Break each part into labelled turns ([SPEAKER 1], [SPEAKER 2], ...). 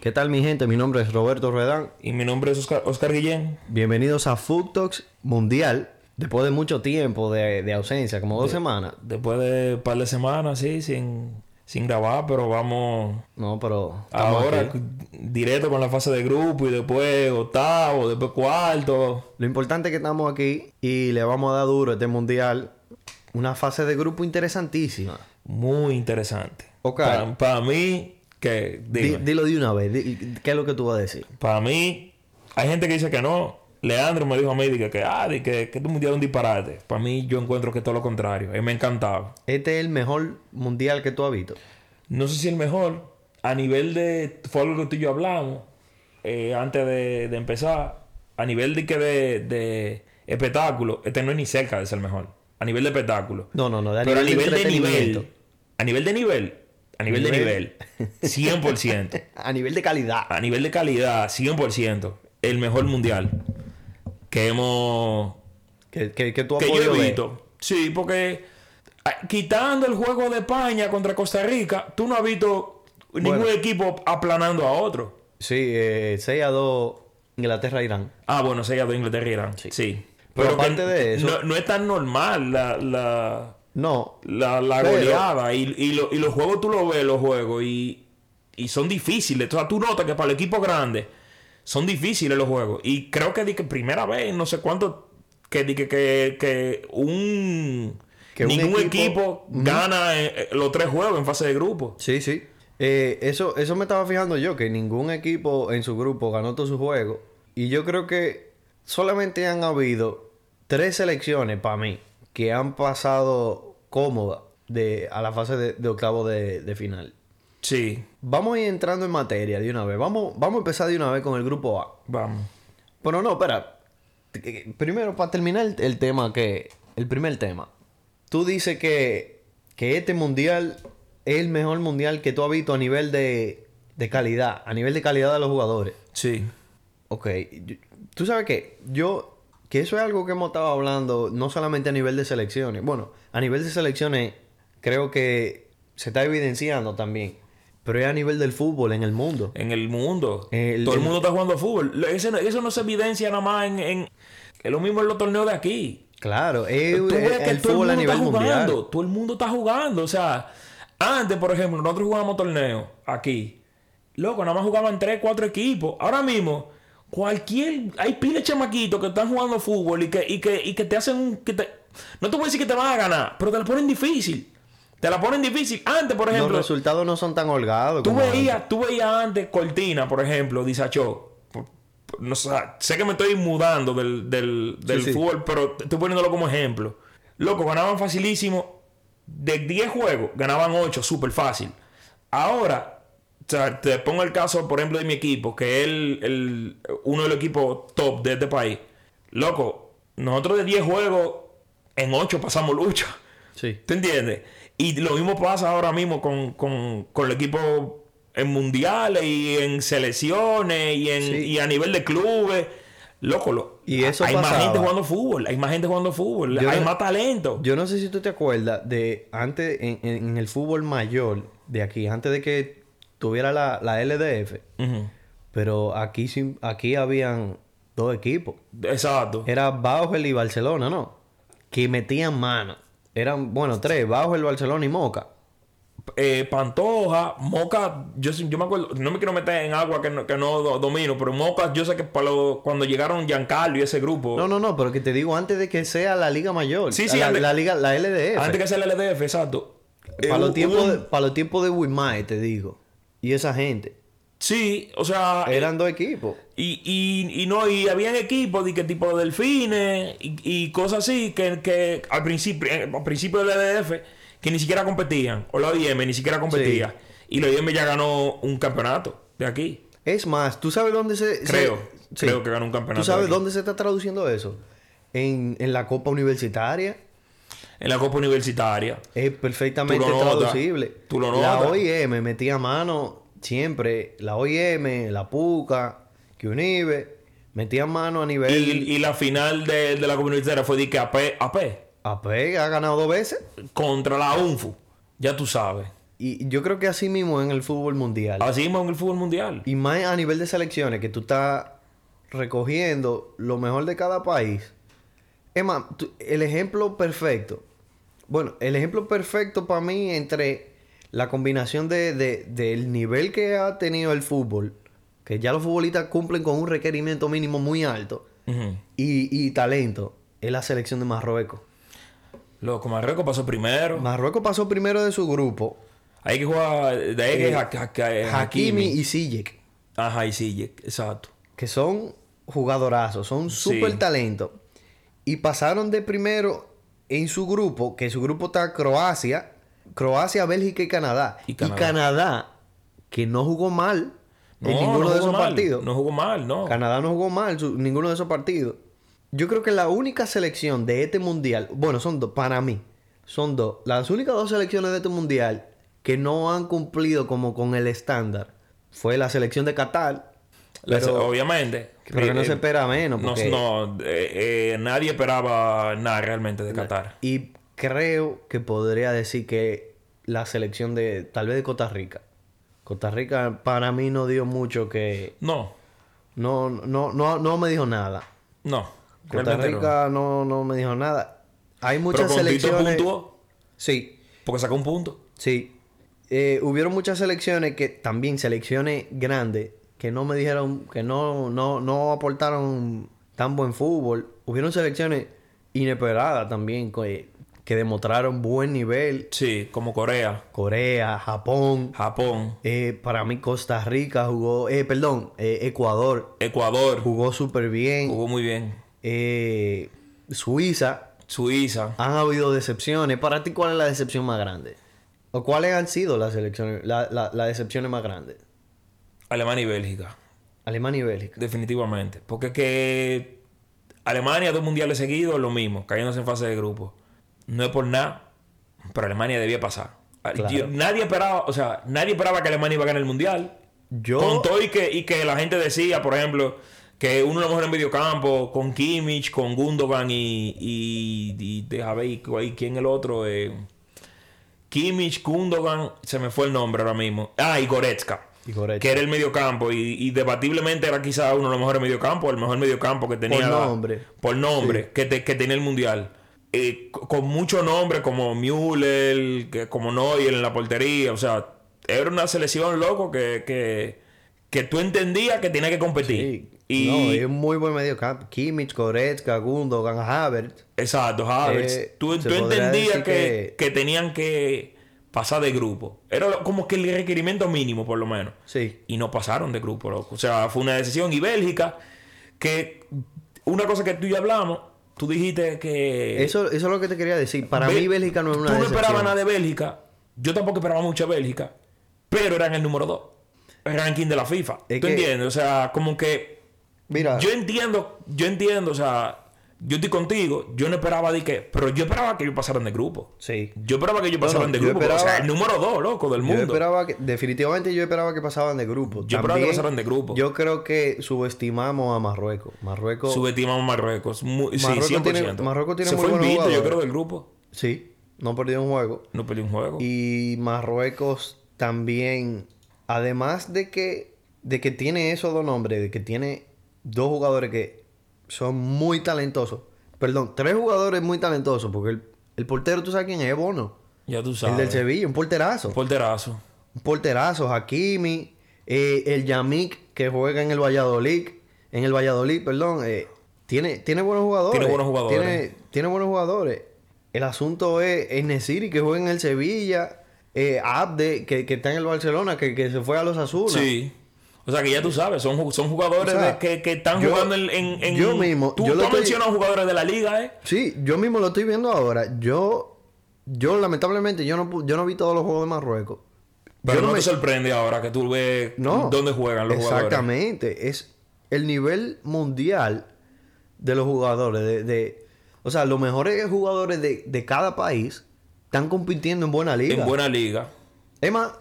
[SPEAKER 1] ¿Qué tal mi gente? Mi nombre es Roberto Ruedán.
[SPEAKER 2] Y mi nombre es Oscar, Oscar Guillén.
[SPEAKER 1] Bienvenidos a Food Talks Mundial. Después de mucho tiempo de, de ausencia, como dos semanas.
[SPEAKER 2] Después de un par de semanas, sí, sin, sin grabar, pero vamos
[SPEAKER 1] No, pero...
[SPEAKER 2] Ah.
[SPEAKER 1] estamos
[SPEAKER 2] ahora
[SPEAKER 1] aquí.
[SPEAKER 2] directo con la fase de grupo y después octavo, después cuarto.
[SPEAKER 1] Lo importante es que estamos aquí y le vamos a dar duro a este mundial. Una fase de grupo interesantísima.
[SPEAKER 2] Muy interesante.
[SPEAKER 1] Ok.
[SPEAKER 2] Para, para mí, que
[SPEAKER 1] Di-
[SPEAKER 2] dime,
[SPEAKER 1] dilo de una vez. di- ¿Qué es lo que tú vas a decir?
[SPEAKER 2] para mí, hay gente que dice que no. Leandro me dijo a mí dije, que, ah, di que, que este mundial es un disparate. Para mí, yo encuentro que es todo lo contrario. Y me encantaba.
[SPEAKER 1] Este es el mejor mundial que tú has visto.
[SPEAKER 2] No sé si el mejor. A nivel de. Fue algo que tú y yo hablamos. eh, antes de, de empezar. A nivel de que de, de espectáculo. Este no es ni cerca de ser el mejor. A nivel de espectáculo.
[SPEAKER 1] No, no, no. de
[SPEAKER 2] Pero a nivel de
[SPEAKER 1] entretenimiento.
[SPEAKER 2] nivel. A nivel de nivel. A nivel de
[SPEAKER 1] Nivel.
[SPEAKER 2] nivel. 100%.
[SPEAKER 1] A nivel de calidad.
[SPEAKER 2] a nivel de calidad. 100%. El mejor mundial. Que hemos
[SPEAKER 1] Que, que, que tú has
[SPEAKER 2] que yo
[SPEAKER 1] podido
[SPEAKER 2] he
[SPEAKER 1] ver.
[SPEAKER 2] visto. Sí, porque ah, quitando el juego de España contra Costa Rica, tú no has visto ningún
[SPEAKER 1] Bueno.
[SPEAKER 2] equipo aplanando a otro.
[SPEAKER 1] Sí, eh, 6 a 2 Inglaterra-Irán.
[SPEAKER 2] Ah, bueno, sería de Inglaterra e Irán. Sí.
[SPEAKER 1] Pero
[SPEAKER 2] que
[SPEAKER 1] aparte de eso-
[SPEAKER 2] No, no es tan normal la, la,
[SPEAKER 1] No,
[SPEAKER 2] la, la
[SPEAKER 1] Pero-
[SPEAKER 2] goleada. Y, y, lo- y los juegos tú lo ves, los juegos, y, y son difíciles. O sea, tú notas que para el equipo grande son difíciles los juegos. Y creo que, di que primera vez, no sé cuánto, que, di que, que, que un...
[SPEAKER 1] Que un
[SPEAKER 2] ningún
[SPEAKER 1] equipo-
[SPEAKER 2] equipo, gana eh, eh, los tres juegos en fase de grupo.
[SPEAKER 1] sí, sí. Eh, eso, eso me estaba fijando yo, que ningún equipo en su grupo ganó todo su juego. Y yo creo que solamente han habido tres selecciones para mí que han pasado cómoda de, a la fase de, de octavo de, de final.
[SPEAKER 2] Sí,
[SPEAKER 1] Vamos a ir entrando en materia de una vez. Vamos, vamos a empezar de una vez con el grupo A.
[SPEAKER 2] vamos.
[SPEAKER 1] Bueno, no, espera. Eh, Primero, para terminar el, el tema que... El primer tema. Tú dices que, que este mundial es el mejor mundial que tú has visto a nivel de, de calidad. A nivel de calidad de los jugadores.
[SPEAKER 2] Sí.
[SPEAKER 1] Ok. yo- Tú sabes que yo... Que eso es algo que hemos estado hablando no solamente a nivel de selecciones. Bueno, a nivel de selecciones creo que se está evidenciando también. Pero es a nivel del fútbol en el mundo.
[SPEAKER 2] En el mundo.
[SPEAKER 1] El-
[SPEAKER 2] Todo el
[SPEAKER 1] el-
[SPEAKER 2] mundo está jugando fútbol. Lo- ese no- Eso, no se evidencia nada más en... en- que lo mismo en los torneos de aquí.
[SPEAKER 1] Claro, es,
[SPEAKER 2] Tú ves
[SPEAKER 1] es
[SPEAKER 2] que
[SPEAKER 1] eh, el
[SPEAKER 2] todo
[SPEAKER 1] fútbol
[SPEAKER 2] el mundo
[SPEAKER 1] a nivel
[SPEAKER 2] está jugando.
[SPEAKER 1] mundial.
[SPEAKER 2] Todo el mundo está jugando. O sea, antes, por ejemplo, nosotros jugábamos torneos aquí. Loco, nada más jugaban 3, 4 equipos. Ahora mismo, cualquier. Hay piles de chamaquitos que están jugando fútbol y que, y que, y que te hacen un. Que te- no te voy a decir que te van a ganar, pero te la ponen difícil. Te la ponen difícil. Antes, por
[SPEAKER 1] Los
[SPEAKER 2] ejemplo,
[SPEAKER 1] resultados no son tan holgados.
[SPEAKER 2] Tú
[SPEAKER 1] como
[SPEAKER 2] veías, tú veías antes Cortina, por ejemplo, Disacho. No, sé, sé que me estoy mudando del, del- del
[SPEAKER 1] sí.
[SPEAKER 2] fútbol, pero te estoy poniéndolo como ejemplo. Loco, ganaban facilísimo. De 10 juegos, ganaban 8, súper fácil. Ahora, o sea, te pongo el caso, por ejemplo, de mi equipo, que es el, el- uno de los equipos top de este país. Loco, nosotros de 10 juegos, en 8 pasamos lucha.
[SPEAKER 1] Sí.
[SPEAKER 2] ¿Te entiendes? Y lo mismo pasa ahora mismo con, con- con el equipo en mundiales y en selecciones y, en,
[SPEAKER 1] Sí.
[SPEAKER 2] y a nivel de clubes. Loco, lo-
[SPEAKER 1] Y eso
[SPEAKER 2] hay más
[SPEAKER 1] pasaba.
[SPEAKER 2] gente jugando fútbol, hay más gente jugando fútbol,
[SPEAKER 1] Yo
[SPEAKER 2] hay
[SPEAKER 1] no-
[SPEAKER 2] más talento.
[SPEAKER 1] Yo no sé si tú te acuerdas de antes en, en- en el fútbol mayor de aquí, antes de que tuviera la, la LDF,
[SPEAKER 2] Ujú.
[SPEAKER 1] pero aquí sim- aquí habían dos equipos.
[SPEAKER 2] Exacto.
[SPEAKER 1] Era Bauer y Barcelona, ¿no? Que metían mano. Eran, bueno, tres, Bauer, Barcelona y Moca.
[SPEAKER 2] Eh, Pantoja, Moca, yo, sé- yo me acuerdo, no me quiero meter en agua que no, que no do- domino, pero Moca, yo sé que para lo- cuando llegaron Giancarlo y ese grupo,
[SPEAKER 1] No, no, no, pero que te digo antes de que sea la Liga Mayor.
[SPEAKER 2] Sí, sí,
[SPEAKER 1] la,
[SPEAKER 2] antes-
[SPEAKER 1] la Liga, la LDF.
[SPEAKER 2] antes que sea el LDF, exacto. Eh,
[SPEAKER 1] Para los
[SPEAKER 2] hubo-
[SPEAKER 1] tiempos
[SPEAKER 2] hubo-
[SPEAKER 1] de, para los tiempos de Wilmay, te digo. Y esa gente.
[SPEAKER 2] Sí, o sea,
[SPEAKER 1] Eran dos equipos.
[SPEAKER 2] Y, y, y no, y habían equipos de que tipo delfines y, y cosas así que, que al principio, eh, al principio del EDF que ni siquiera competían, o la IM ni siquiera competía. Y la IM ya ganó un campeonato de aquí.
[SPEAKER 1] Es más, ¿tú sabes dónde se... se-
[SPEAKER 2] Creo,
[SPEAKER 1] sí.
[SPEAKER 2] creo que ganó un campeonato.
[SPEAKER 1] ¿Tú sabes
[SPEAKER 2] de aquí.
[SPEAKER 1] dónde se está traduciendo eso? En, en la Copa Universitaria.
[SPEAKER 2] En la Copa Universitaria.
[SPEAKER 1] Es perfectamente
[SPEAKER 2] Tú lo notas.
[SPEAKER 1] traducible.
[SPEAKER 2] Tú lo
[SPEAKER 1] la
[SPEAKER 2] notas.
[SPEAKER 1] OIM metía mano siempre. La OIM, la PUCA, que Unive, metía mano a
[SPEAKER 2] Y,
[SPEAKER 1] nivel...
[SPEAKER 2] y la final de, de la Copa Universitaria fue de que AP, AP
[SPEAKER 1] AP E ha ganado dos veces.
[SPEAKER 2] contra la UNFU. Ya tú sabes.
[SPEAKER 1] Y yo creo que así mismo en el fútbol mundial.
[SPEAKER 2] Así mismo en el fútbol mundial.
[SPEAKER 1] Y más a nivel de selecciones, que tú estás recogiendo lo mejor de cada país. Es más, tú- el ejemplo perfecto. Bueno, el ejemplo perfecto para mí entre la combinación de, de- del nivel que ha tenido el fútbol, que ya los futbolistas cumplen con un requerimiento mínimo muy alto,
[SPEAKER 2] Ujú.
[SPEAKER 1] y, y talento, es la selección de Marruecos.
[SPEAKER 2] Loco, Marruecos pasó primero.
[SPEAKER 1] Marruecos pasó primero de su grupo,
[SPEAKER 2] Hay que jugar. De ahí que Ha- Ha- Ha-
[SPEAKER 1] Hakimi
[SPEAKER 2] Eh, Hakimi.
[SPEAKER 1] y Sijek.
[SPEAKER 2] Ajá, y sí, exacto.
[SPEAKER 1] que son jugadorazos, son
[SPEAKER 2] Sí.
[SPEAKER 1] súper talento. Y pasaron de primero en su grupo, que su grupo está Croacia, Croacia, Bélgica y Canadá.
[SPEAKER 2] Y
[SPEAKER 1] Y
[SPEAKER 2] Canadá.
[SPEAKER 1] Canadá, que no jugó mal
[SPEAKER 2] No,
[SPEAKER 1] en ninguno
[SPEAKER 2] no
[SPEAKER 1] de
[SPEAKER 2] jugó
[SPEAKER 1] esos
[SPEAKER 2] mal,
[SPEAKER 1] partidos.
[SPEAKER 2] No jugó mal, no.
[SPEAKER 1] Canadá no jugó mal su- ninguno de esos partidos. Yo creo que la única selección de este mundial, bueno, son dos, para mí, son dos. Las únicas dos selecciones de este mundial que no han cumplido como con el estándar fue la selección de Qatar.
[SPEAKER 2] La-
[SPEAKER 1] pero-
[SPEAKER 2] obviamente.
[SPEAKER 1] pero que no se espera menos,
[SPEAKER 2] Eh, No,
[SPEAKER 1] porque-
[SPEAKER 2] no, eh, eh, nadie esperaba nada realmente de Qatar.
[SPEAKER 1] Y creo que podría decir que la selección de, tal vez de Costa Rica. Costa Rica para mí no dio mucho que...
[SPEAKER 2] No,
[SPEAKER 1] No, no, no, no me dijo nada.
[SPEAKER 2] no.
[SPEAKER 1] Costa
[SPEAKER 2] realmente no.
[SPEAKER 1] Rica no, no me dijo nada. Hay muchas
[SPEAKER 2] pero con Tito
[SPEAKER 1] selecciones...
[SPEAKER 2] puntuó,
[SPEAKER 1] Sí,
[SPEAKER 2] porque sacó un punto.
[SPEAKER 1] sí. Eh, hubieron muchas selecciones que también selecciones grandes que no me dijeron, que no, no, no aportaron tan buen fútbol. Hubieron selecciones inesperadas también que, que demostraron buen nivel.
[SPEAKER 2] Sí, como Corea,
[SPEAKER 1] Corea, Japón,
[SPEAKER 2] Japón,
[SPEAKER 1] eh, para mí Costa Rica jugó, eh, perdón, eh, Ecuador
[SPEAKER 2] Ecuador.
[SPEAKER 1] jugó súper bien,
[SPEAKER 2] Jugó muy bien.
[SPEAKER 1] eh, Suiza,
[SPEAKER 2] Suiza.
[SPEAKER 1] han habido decepciones. Para ti, ¿cuál es la decepción más grande? ¿O cuáles han sido las, selecciones, la- la- las decepciones más grandes?
[SPEAKER 2] Alemania y Bélgica.
[SPEAKER 1] Alemania y Bélgica.
[SPEAKER 2] Definitivamente. Porque es que Alemania, dos mundiales seguidos, lo mismo, cayéndose en fase de grupo. No es por nada, pero Alemania debía pasar.
[SPEAKER 1] Claro.
[SPEAKER 2] Yo- nadie esperaba, o sea, nadie esperaba que Alemania iba a ganar el mundial.
[SPEAKER 1] Yo,
[SPEAKER 2] Con todo y que, y que la gente decía, por ejemplo, que uno de los mejores en mediocampo, con Kimmich, con Gundogan y. y, y deja ver, y- y quién el otro. Eh, Kimmich, Gundogan, se me fue el nombre ahora mismo. Ah, y Goretzka.
[SPEAKER 1] y Goretzka.
[SPEAKER 2] Que era el mediocampo y, y debatiblemente era quizás uno de los mejores mediocampo, el mejor mediocampo que tenía. la-
[SPEAKER 1] nombre.
[SPEAKER 2] por nombre que, te- que tenía el mundial. Eh, co- con mucho nombre como Müller, que- como Neuer en la portería. O sea, era una selección loco que, que, que tú entendías que tenía que competir.
[SPEAKER 1] Sí.
[SPEAKER 2] Y,
[SPEAKER 1] No, es un muy buen mediocampo. Kimmich, Goretzka, Gundogan, Havertz.
[SPEAKER 2] Exacto, Havertz.
[SPEAKER 1] Eh,
[SPEAKER 2] tú
[SPEAKER 1] se
[SPEAKER 2] tú
[SPEAKER 1] podría
[SPEAKER 2] entendías
[SPEAKER 1] decir
[SPEAKER 2] que,
[SPEAKER 1] que-
[SPEAKER 2] que tenían que pasar de grupo. Era lo- como que el requerimiento mínimo, por lo menos.
[SPEAKER 1] Sí.
[SPEAKER 2] y no pasaron de grupo, loco. O sea, fue una decisión. Y Bélgica, que una cosa que tú y yo hablamos, tú dijiste que.
[SPEAKER 1] Eso, eso es lo que te quería decir. Para
[SPEAKER 2] Bé-
[SPEAKER 1] mí, Bélgica no es una
[SPEAKER 2] Eh, Tú no
[SPEAKER 1] decepción.
[SPEAKER 2] esperabas nada de Bélgica. Yo tampoco esperaba mucho de Bélgica. Pero eran el número 2. Ranking de la FIFA.
[SPEAKER 1] Es
[SPEAKER 2] ¿Tú
[SPEAKER 1] que-
[SPEAKER 2] entiendes? O sea, como que.
[SPEAKER 1] Mira,
[SPEAKER 2] Yo entiendo, yo entiendo, o sea, yo estoy contigo. Yo no esperaba de que. Pero yo esperaba que ellos pasaran de grupo.
[SPEAKER 1] sí.
[SPEAKER 2] Yo esperaba que ellos
[SPEAKER 1] no,
[SPEAKER 2] pasaran de
[SPEAKER 1] yo
[SPEAKER 2] grupo. O sea,
[SPEAKER 1] esperaba-
[SPEAKER 2] el número 2, loco, del mundo.
[SPEAKER 1] Yo esperaba que, definitivamente yo esperaba que pasaban de grupo.
[SPEAKER 2] Yo esperaba que pasaran de grupo.
[SPEAKER 1] Yo creo que subestimamos a Marruecos. Marruecos.
[SPEAKER 2] Subestimamos a Marruecos. Mu-
[SPEAKER 1] Marruecos
[SPEAKER 2] sí, 100%.
[SPEAKER 1] tiene- Marruecos tiene
[SPEAKER 2] Se
[SPEAKER 1] muy
[SPEAKER 2] fue
[SPEAKER 1] buenos
[SPEAKER 2] invicto, yo
[SPEAKER 1] jugadores.
[SPEAKER 2] creo, del grupo.
[SPEAKER 1] sí, no perdió un juego.
[SPEAKER 2] No peleó un juego.
[SPEAKER 1] Y Marruecos también, además de que, de que tiene esos dos nombres, de que tiene dos jugadores que son muy talentosos. Perdón, tres jugadores muy talentosos, porque el, el portero, tú sabes quién es, Bono.
[SPEAKER 2] ya tú sabes.
[SPEAKER 1] El del Sevilla, un porterazo.
[SPEAKER 2] Porterazo.
[SPEAKER 1] Un porterazo, Hakimi, eh, el Yamik que juega en el Valladolid, en el Valladolid, perdón, eh, tiene, tiene buenos jugadores.
[SPEAKER 2] Tiene buenos jugadores.
[SPEAKER 1] Tiene, tiene buenos jugadores. El asunto es Nesiri que juega en el Sevilla, eh, Abde que, que está en el Barcelona, que, que se fue a los Azules.
[SPEAKER 2] Sí. O sea que ya tú sabes, son, ju- son jugadores
[SPEAKER 1] O sea,
[SPEAKER 2] de- que, que están
[SPEAKER 1] yo-
[SPEAKER 2] jugando en, en- en-
[SPEAKER 1] yo mismo,
[SPEAKER 2] Tú,
[SPEAKER 1] yo
[SPEAKER 2] tú
[SPEAKER 1] lo
[SPEAKER 2] has
[SPEAKER 1] estoy-
[SPEAKER 2] mencionado jugadores de la liga, ¿eh?
[SPEAKER 1] Sí, yo mismo lo estoy viendo ahora. Yo, yo lamentablemente, yo no, pu- yo no vi todos los juegos de Marruecos.
[SPEAKER 2] Pero
[SPEAKER 1] Yo
[SPEAKER 2] no,
[SPEAKER 1] no
[SPEAKER 2] me...
[SPEAKER 1] me-
[SPEAKER 2] sorprende ahora que tú ves
[SPEAKER 1] No.
[SPEAKER 2] dónde juegan los jugadores.
[SPEAKER 1] Exactamente. Es el nivel mundial de los jugadores. De, de- o sea, los mejores jugadores de, de cada país están compitiendo en buena liga.
[SPEAKER 2] En buena liga.
[SPEAKER 1] Emma,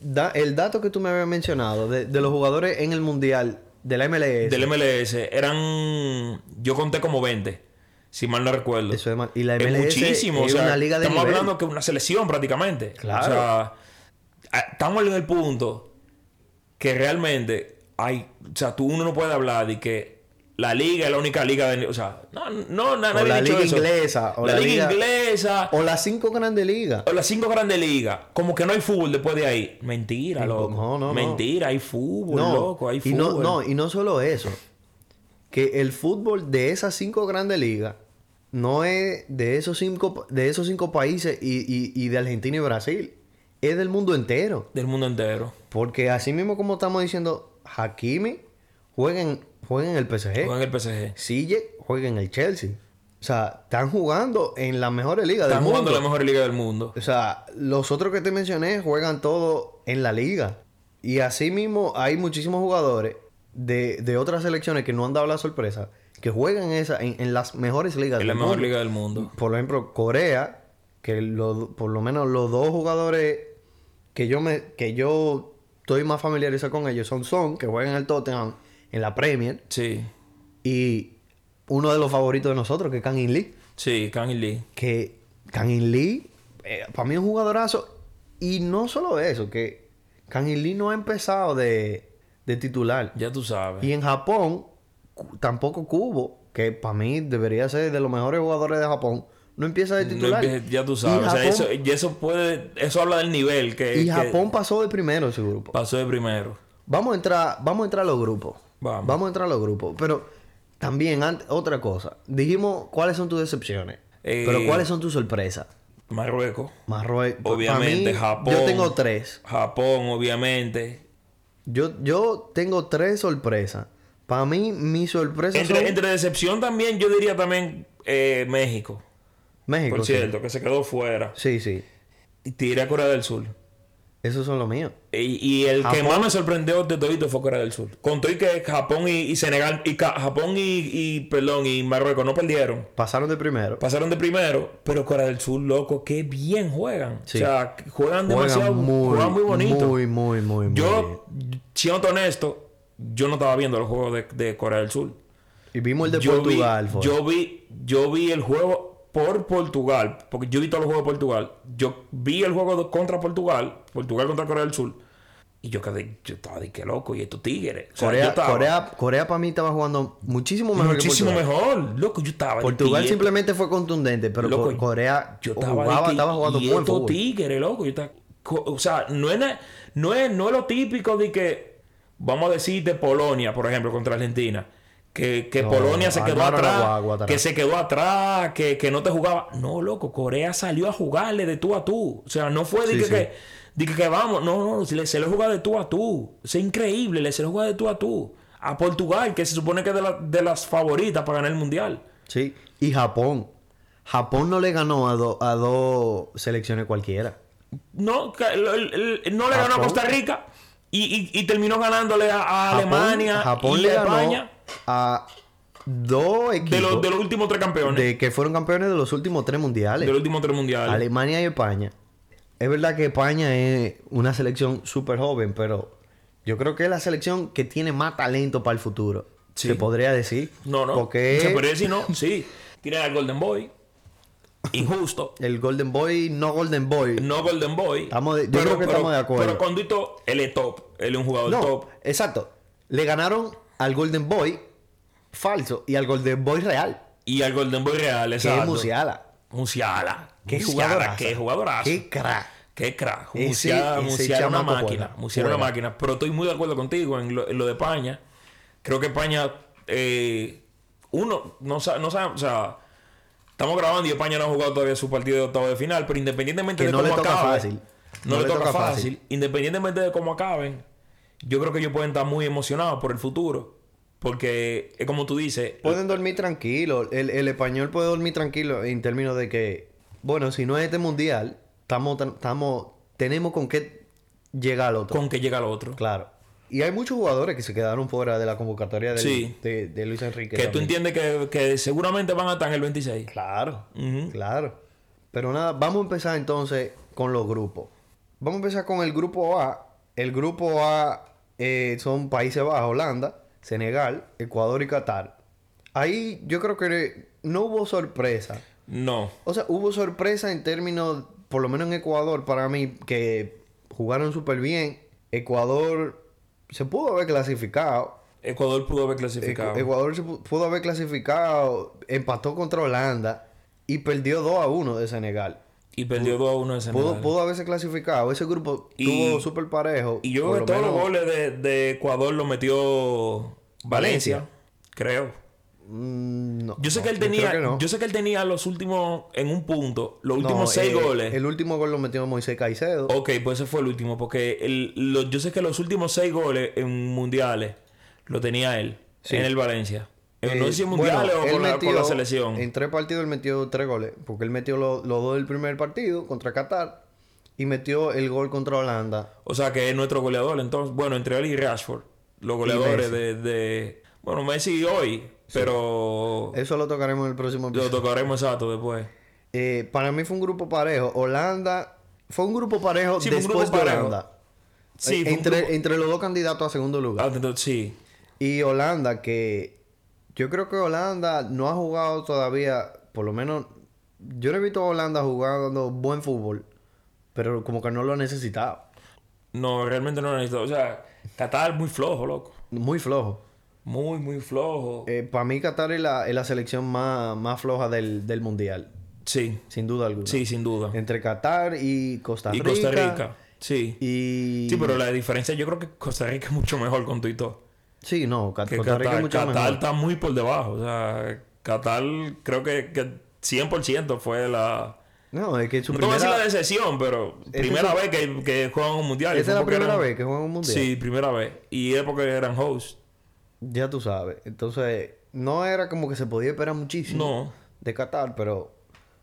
[SPEAKER 1] da- el dato que tú me habías mencionado de, de los jugadores en el mundial de la MLS.
[SPEAKER 2] Del MLS. Eran. Yo conté como 20. Si mal no recuerdo.
[SPEAKER 1] Eso es ma- y la
[SPEAKER 2] Es
[SPEAKER 1] MLS
[SPEAKER 2] muchísimo.
[SPEAKER 1] es
[SPEAKER 2] o sea,
[SPEAKER 1] una liga de
[SPEAKER 2] estamos
[SPEAKER 1] nivel.
[SPEAKER 2] hablando que una selección prácticamente.
[SPEAKER 1] Claro.
[SPEAKER 2] O sea, ah, estamos en el punto que realmente hay, o sea, tú uno no puede hablar de que la liga es la única liga de, o sea, no, no, na-
[SPEAKER 1] O
[SPEAKER 2] nadie
[SPEAKER 1] la
[SPEAKER 2] ha dicho
[SPEAKER 1] liga
[SPEAKER 2] eso.
[SPEAKER 1] inglesa, o
[SPEAKER 2] la,
[SPEAKER 1] la
[SPEAKER 2] liga,
[SPEAKER 1] liga-
[SPEAKER 2] inglesa,
[SPEAKER 1] O las cinco grandes ligas.
[SPEAKER 2] o las cinco grandes ligas, como que no hay fútbol después de ahí. Mentira, loco.
[SPEAKER 1] no, no, no.
[SPEAKER 2] Mentira, hay fútbol,
[SPEAKER 1] No,
[SPEAKER 2] loco, hay
[SPEAKER 1] y
[SPEAKER 2] fútbol.
[SPEAKER 1] no, no, y no solo eso. Que el fútbol de esas cinco grandes ligas no es de esos cinco, pa- de esos cinco países y, y- y de Argentina y Brasil. Es del mundo entero.
[SPEAKER 2] Del mundo entero.
[SPEAKER 1] Porque así mismo como estamos diciendo, Hakimi juega en, juega en el PSG.
[SPEAKER 2] Juegan en el PSG.
[SPEAKER 1] Sille juega en el Chelsea. O sea, están jugando en las mejores ligas del
[SPEAKER 2] Están
[SPEAKER 1] mundo.
[SPEAKER 2] jugando la mejor liga del mundo.
[SPEAKER 1] O sea, los otros que te mencioné juegan todo en la liga. Y así mismo hay muchísimos jugadores de, de otras selecciones que no han dado la sorpresa, que juegan en, esa, en, en las mejores ligas
[SPEAKER 2] Es la
[SPEAKER 1] del
[SPEAKER 2] mejor
[SPEAKER 1] mundo.
[SPEAKER 2] liga del mundo.
[SPEAKER 1] Por ejemplo, Corea, que lo- por lo menos los dos jugadores que yo me que yo estoy más familiarizado con ellos son Son, que juega en el Tottenham, en la Premier,
[SPEAKER 2] Sí,
[SPEAKER 1] y uno de los favoritos de nosotros, que es Kang In Lee
[SPEAKER 2] sí, Kang y Lee.
[SPEAKER 1] que Kang In Lee, eh, para mí es un jugadorazo. Y no solo eso, que Kang In Lee no ha empezado de, de titular.
[SPEAKER 2] Ya tú sabes.
[SPEAKER 1] Y en Japón, cu- tampoco Kubo, que para mí debería ser de los mejores jugadores de Japón, no empieza de
[SPEAKER 2] No
[SPEAKER 1] titular.
[SPEAKER 2] empieces- ya tú
[SPEAKER 1] Y
[SPEAKER 2] sabes. o sea,
[SPEAKER 1] Japón-
[SPEAKER 2] eso, y eso puede. Eso habla del nivel que,
[SPEAKER 1] y
[SPEAKER 2] que
[SPEAKER 1] Japón pasó de primero en su grupo.
[SPEAKER 2] pasó de primero.
[SPEAKER 1] Vamos a entrar, vamos a entrar a los grupos.
[SPEAKER 2] Vamos.
[SPEAKER 1] a entrar a los grupos. Pero también, ant- otra cosa. Dijimos cuáles son tus decepciones.
[SPEAKER 2] Eh,
[SPEAKER 1] Pero cuáles son tus sorpresas.
[SPEAKER 2] Marruecos.
[SPEAKER 1] Marruecos. pa'
[SPEAKER 2] Obviamente,
[SPEAKER 1] mí,
[SPEAKER 2] Japón.
[SPEAKER 1] Yo tengo tres.
[SPEAKER 2] Japón, obviamente.
[SPEAKER 1] Yo, yo tengo tres sorpresas. Para mí, mi sorpresa
[SPEAKER 2] Entre,
[SPEAKER 1] son
[SPEAKER 2] entre decepción también, yo diría también eh, México.
[SPEAKER 1] México.
[SPEAKER 2] Por
[SPEAKER 1] sí.
[SPEAKER 2] cierto, que se quedó fuera.
[SPEAKER 1] Sí, sí.
[SPEAKER 2] Y tiré a Corea del Sur.
[SPEAKER 1] Esos son los míos.
[SPEAKER 2] Y, y el que
[SPEAKER 1] Japón.
[SPEAKER 2] más me sorprendió de todito fue Corea del Sur. Con todo y que Japón y, y Senegal, y Ca- Japón y, y, perdón, y Marruecos no perdieron.
[SPEAKER 1] Pasaron de primero.
[SPEAKER 2] Pasaron de primero, pero Corea del Sur, loco, qué bien juegan.
[SPEAKER 1] Sí.
[SPEAKER 2] O sea, juegan demasiado,
[SPEAKER 1] Juegan muy,
[SPEAKER 2] juegan muy bonito.
[SPEAKER 1] Muy, muy, muy, muy bien.
[SPEAKER 2] yo, siendo honesto, yo no estaba viendo los juegos de, de Corea del Sur.
[SPEAKER 1] Y vimos el de
[SPEAKER 2] yo
[SPEAKER 1] Portugal.
[SPEAKER 2] vi,
[SPEAKER 1] fue.
[SPEAKER 2] yo vi, yo vi el juego por Portugal, porque yo vi todos los juegos de Portugal. Yo vi el juego de- contra Portugal, Portugal contra Corea del Sur, y yo quedé, yo estaba de que loco, y estos tigres. O sea, yo
[SPEAKER 1] Corea,
[SPEAKER 2] estaba
[SPEAKER 1] Corea, Corea para mí estaba jugando muchísimo mejor
[SPEAKER 2] muchísimo
[SPEAKER 1] que Portugal.
[SPEAKER 2] mejor, loco, yo estaba. de
[SPEAKER 1] Portugal
[SPEAKER 2] que-
[SPEAKER 1] simplemente fue contundente, pero
[SPEAKER 2] Loco,
[SPEAKER 1] Co- Corea
[SPEAKER 2] yo estaba, de
[SPEAKER 1] jugaba,
[SPEAKER 2] que,
[SPEAKER 1] estaba jugando
[SPEAKER 2] y
[SPEAKER 1] muy buen
[SPEAKER 2] estos
[SPEAKER 1] fútbol.
[SPEAKER 2] tigres, loco. Yo estaba- co- o sea, no es, na- no, es, no es lo típico de que, vamos a decir, de Polonia, por ejemplo, contra Argentina. Que, que
[SPEAKER 1] No,
[SPEAKER 2] Polonia se quedó
[SPEAKER 1] armaron la
[SPEAKER 2] atrás,
[SPEAKER 1] guagua atrás.
[SPEAKER 2] que se quedó atrás, que, que no te jugaba. No, loco, Corea salió a jugarle de tú a tú. O sea, no fue de,
[SPEAKER 1] Sí,
[SPEAKER 2] que,
[SPEAKER 1] sí.
[SPEAKER 2] que- de que, que vamos, no, no, se le, se le juega de tú a tú. Es increíble, le se le juega de tú a tú. A Portugal, que se supone que es de, la- de las favoritas para ganar el mundial.
[SPEAKER 1] Sí. Y Japón. Japón no le ganó a do- a dos selecciones cualquiera.
[SPEAKER 2] No, que el- el- el- no le ganó a
[SPEAKER 1] Japón.
[SPEAKER 2] Costa Rica y, y- y terminó ganándole a, a
[SPEAKER 1] Japón-
[SPEAKER 2] Alemania
[SPEAKER 1] Japón
[SPEAKER 2] y
[SPEAKER 1] le
[SPEAKER 2] a
[SPEAKER 1] ganó
[SPEAKER 2] España
[SPEAKER 1] a dos equipos
[SPEAKER 2] de los, de los últimos tres campeones.
[SPEAKER 1] de que fueron campeones de los últimos tres
[SPEAKER 2] de
[SPEAKER 1] mundiales.
[SPEAKER 2] los últimos tres mundiales.
[SPEAKER 1] Alemania y España. Es verdad que España es una selección súper joven, pero yo creo que es la selección que tiene más talento para el futuro.
[SPEAKER 2] Sí.
[SPEAKER 1] Se podría decir.
[SPEAKER 2] No, no.
[SPEAKER 1] Porque
[SPEAKER 2] Se podría decir no, sí. Tienen al Golden Boy. Injusto.
[SPEAKER 1] el Golden Boy, no Golden Boy.
[SPEAKER 2] No Golden Boy.
[SPEAKER 1] Estamos de- yo creo que estamos de acuerdo.
[SPEAKER 2] Pero Condito, él es top. Él es un jugador
[SPEAKER 1] No,
[SPEAKER 2] top.
[SPEAKER 1] exacto. Le ganaron al Golden Boy falso y al Golden Boy real,
[SPEAKER 2] Y al Golden Boy real,
[SPEAKER 1] que es
[SPEAKER 2] exacto.
[SPEAKER 1] Musiala.
[SPEAKER 2] Musiala.
[SPEAKER 1] Qué
[SPEAKER 2] Musiala,
[SPEAKER 1] jugadorazo.
[SPEAKER 2] Qué jugadorazo.
[SPEAKER 1] Qué crack.
[SPEAKER 2] Qué crack.
[SPEAKER 1] Ese-
[SPEAKER 2] Musiala,
[SPEAKER 1] ese
[SPEAKER 2] Musiala una
[SPEAKER 1] chamaco
[SPEAKER 2] máquina.
[SPEAKER 1] juega,
[SPEAKER 2] Musiala una
[SPEAKER 1] juega.
[SPEAKER 2] máquina. Pero estoy muy de acuerdo contigo en lo, en lo de España. Creo que España... eh, uno, no sabe... No sabe o sea, estamos grabando y España no ha jugado todavía su partido de octavo de final. Pero independientemente
[SPEAKER 1] Que
[SPEAKER 2] de
[SPEAKER 1] no
[SPEAKER 2] cómo
[SPEAKER 1] le toca
[SPEAKER 2] acabe...
[SPEAKER 1] fácil.
[SPEAKER 2] No, le, toca, fácil. Independientemente de cómo acaben, yo creo que ellos pueden estar muy emocionados por el futuro. Porque es como tú dices...
[SPEAKER 1] Pueden dormir tranquilo. El, el español puede dormir tranquilo en términos de que, bueno, si no es este mundial, estamos, tan- estamos, tenemos con qué llegar al otro.
[SPEAKER 2] Con que llega el otro.
[SPEAKER 1] Claro. Y hay muchos jugadores que se quedaron fuera de la convocatoria del-
[SPEAKER 2] Sí.
[SPEAKER 1] de, de Luis Enrique.
[SPEAKER 2] Que tú
[SPEAKER 1] también.
[SPEAKER 2] entiendes que, que seguramente van a estar en el 26.
[SPEAKER 1] Claro,
[SPEAKER 2] Ujú.
[SPEAKER 1] claro. Pero nada, vamos a empezar entonces con los grupos. Vamos a empezar con el grupo A. El grupo A eh, son Países Bajos, Holanda, Senegal, Ecuador y Qatar. Ahí yo creo que no hubo sorpresa.
[SPEAKER 2] No.
[SPEAKER 1] O sea, hubo sorpresa en términos, por lo menos en Ecuador, para mí, que jugaron súper bien. Ecuador se pudo haber clasificado.
[SPEAKER 2] Ecuador pudo haber clasificado.
[SPEAKER 1] Ecu- Ecuador se pu- pudo haber clasificado, empató contra Holanda y perdió 2 a 1 de Senegal.
[SPEAKER 2] y perdió 2 a 1 en Senegal.
[SPEAKER 1] Pudo, pudo haberse clasificado. Ese grupo
[SPEAKER 2] Y-
[SPEAKER 1] tuvo súper parejo.
[SPEAKER 2] Y yo
[SPEAKER 1] Por
[SPEAKER 2] creo que todos
[SPEAKER 1] menos-
[SPEAKER 2] los goles de, de Ecuador los metió Valencia,
[SPEAKER 1] Valencia.
[SPEAKER 2] creo.
[SPEAKER 1] Mm, no,
[SPEAKER 2] Yo sé
[SPEAKER 1] no,
[SPEAKER 2] que él
[SPEAKER 1] creo
[SPEAKER 2] tenía,
[SPEAKER 1] que no.
[SPEAKER 2] yo sé que él tenía los últimos, en un punto, los
[SPEAKER 1] No,
[SPEAKER 2] últimos seis
[SPEAKER 1] eh,
[SPEAKER 2] goles.
[SPEAKER 1] El último gol lo metió Moisés Caicedo.
[SPEAKER 2] Ok, pues ese fue el último, porque el- lo- yo sé que los últimos seis goles en mundiales lo tenía él
[SPEAKER 1] Sí.
[SPEAKER 2] en el Valencia. Eh,
[SPEAKER 1] Eh,
[SPEAKER 2] no sé si en
[SPEAKER 1] bueno,
[SPEAKER 2] mundiales o
[SPEAKER 1] él
[SPEAKER 2] con la, con la
[SPEAKER 1] metió-
[SPEAKER 2] selección.
[SPEAKER 1] En tres partidos él metió tres goles. Porque él metió lo- los dos del primer partido contra Qatar. Y metió el gol contra Holanda.
[SPEAKER 2] O sea que es nuestro goleador, entonces, bueno, entre él y Rashford, los goleadores
[SPEAKER 1] Messi.
[SPEAKER 2] de, de- Bueno, Messi hoy, pero
[SPEAKER 1] Eso lo tocaremos en el próximo
[SPEAKER 2] Oh. lo
[SPEAKER 1] episodio.
[SPEAKER 2] tocaremos exacto después.
[SPEAKER 1] Eh, para mí fue un grupo parejo. Holanda... Fue un grupo parejo
[SPEAKER 2] Sí, fue un
[SPEAKER 1] después
[SPEAKER 2] grupo
[SPEAKER 1] de
[SPEAKER 2] parejo.
[SPEAKER 1] Holanda.
[SPEAKER 2] Sí,
[SPEAKER 1] Eh,
[SPEAKER 2] fue un
[SPEAKER 1] entre,
[SPEAKER 2] grupo-
[SPEAKER 1] entre los dos candidatos a segundo lugar.
[SPEAKER 2] Ah, entonces, sí.
[SPEAKER 1] Y Holanda, que yo creo que Holanda no ha jugado todavía, por lo menos, yo no he visto a Holanda jugando buen fútbol, pero como que no lo ha necesitado.
[SPEAKER 2] No, realmente no lo necesito. O sea, Qatar muy flojo, loco.
[SPEAKER 1] Muy flojo.
[SPEAKER 2] Muy, muy flojo.
[SPEAKER 1] Para mí Qatar es la, es la selección más, más floja del, del Mundial,
[SPEAKER 2] sí,
[SPEAKER 1] sin duda alguna.
[SPEAKER 2] sí, sin duda.
[SPEAKER 1] Entre Qatar y Costa
[SPEAKER 2] Y
[SPEAKER 1] Rica.
[SPEAKER 2] Costa Rica, sí.
[SPEAKER 1] Y...
[SPEAKER 2] Sí, pero la diferencia, yo creo que Costa Rica es mucho mejor con todo y todo.
[SPEAKER 1] Sí, no, Ca-
[SPEAKER 2] Que
[SPEAKER 1] Costa Rica
[SPEAKER 2] Qatar,
[SPEAKER 1] es mucho
[SPEAKER 2] Qatar
[SPEAKER 1] mejor.
[SPEAKER 2] está muy por debajo. O sea, Qatar creo que, que 100% fue la...
[SPEAKER 1] No, es que su
[SPEAKER 2] No te voy a decir
[SPEAKER 1] primera...
[SPEAKER 2] la decepción, pero
[SPEAKER 1] Este
[SPEAKER 2] primera
[SPEAKER 1] es
[SPEAKER 2] vez que, que juegan un mundial. y
[SPEAKER 1] Esta
[SPEAKER 2] fue
[SPEAKER 1] es la
[SPEAKER 2] porque
[SPEAKER 1] primera
[SPEAKER 2] eran-
[SPEAKER 1] vez que juegan un Mundial.
[SPEAKER 2] Sí, primera vez. Y es porque eran hosts.
[SPEAKER 1] Ya tú sabes. Entonces, no era como que se podía esperar muchísimo
[SPEAKER 2] No.
[SPEAKER 1] de Qatar, pero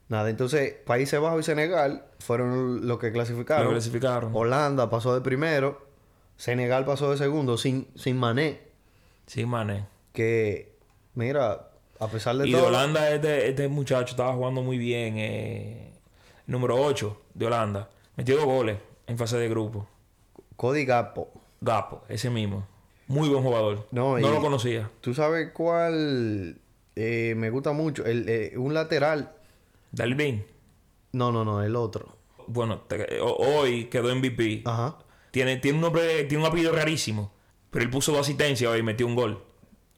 [SPEAKER 1] nada. Entonces, Países Bajos y Senegal fueron los que clasificaron.
[SPEAKER 2] Lo clasificaron.
[SPEAKER 1] Holanda pasó de primero, Senegal pasó de segundo, sin, sin Mané,
[SPEAKER 2] Sí, mané. que
[SPEAKER 1] que, mira, a pesar de
[SPEAKER 2] Y de
[SPEAKER 1] todo...
[SPEAKER 2] Holanda, este, este muchacho estaba jugando muy bien. eh, número 8 de Holanda. Metió dos goles en fase de grupo.
[SPEAKER 1] Cody Gakpo.
[SPEAKER 2] Gapo, ese mismo. Muy buen jugador.
[SPEAKER 1] No,
[SPEAKER 2] No,
[SPEAKER 1] y-
[SPEAKER 2] lo conocía.
[SPEAKER 1] ¿Tú sabes cuál eh, me gusta mucho? El, eh, un lateral...
[SPEAKER 2] Dalvin.
[SPEAKER 1] No, no, no, el otro.
[SPEAKER 2] Bueno, te- ho- hoy quedó MVP.
[SPEAKER 1] Ajá.
[SPEAKER 2] Tiene, tiene un nombre, tiene un apellido rarísimo. Pero él puso dos asistencias hoy y metió un gol.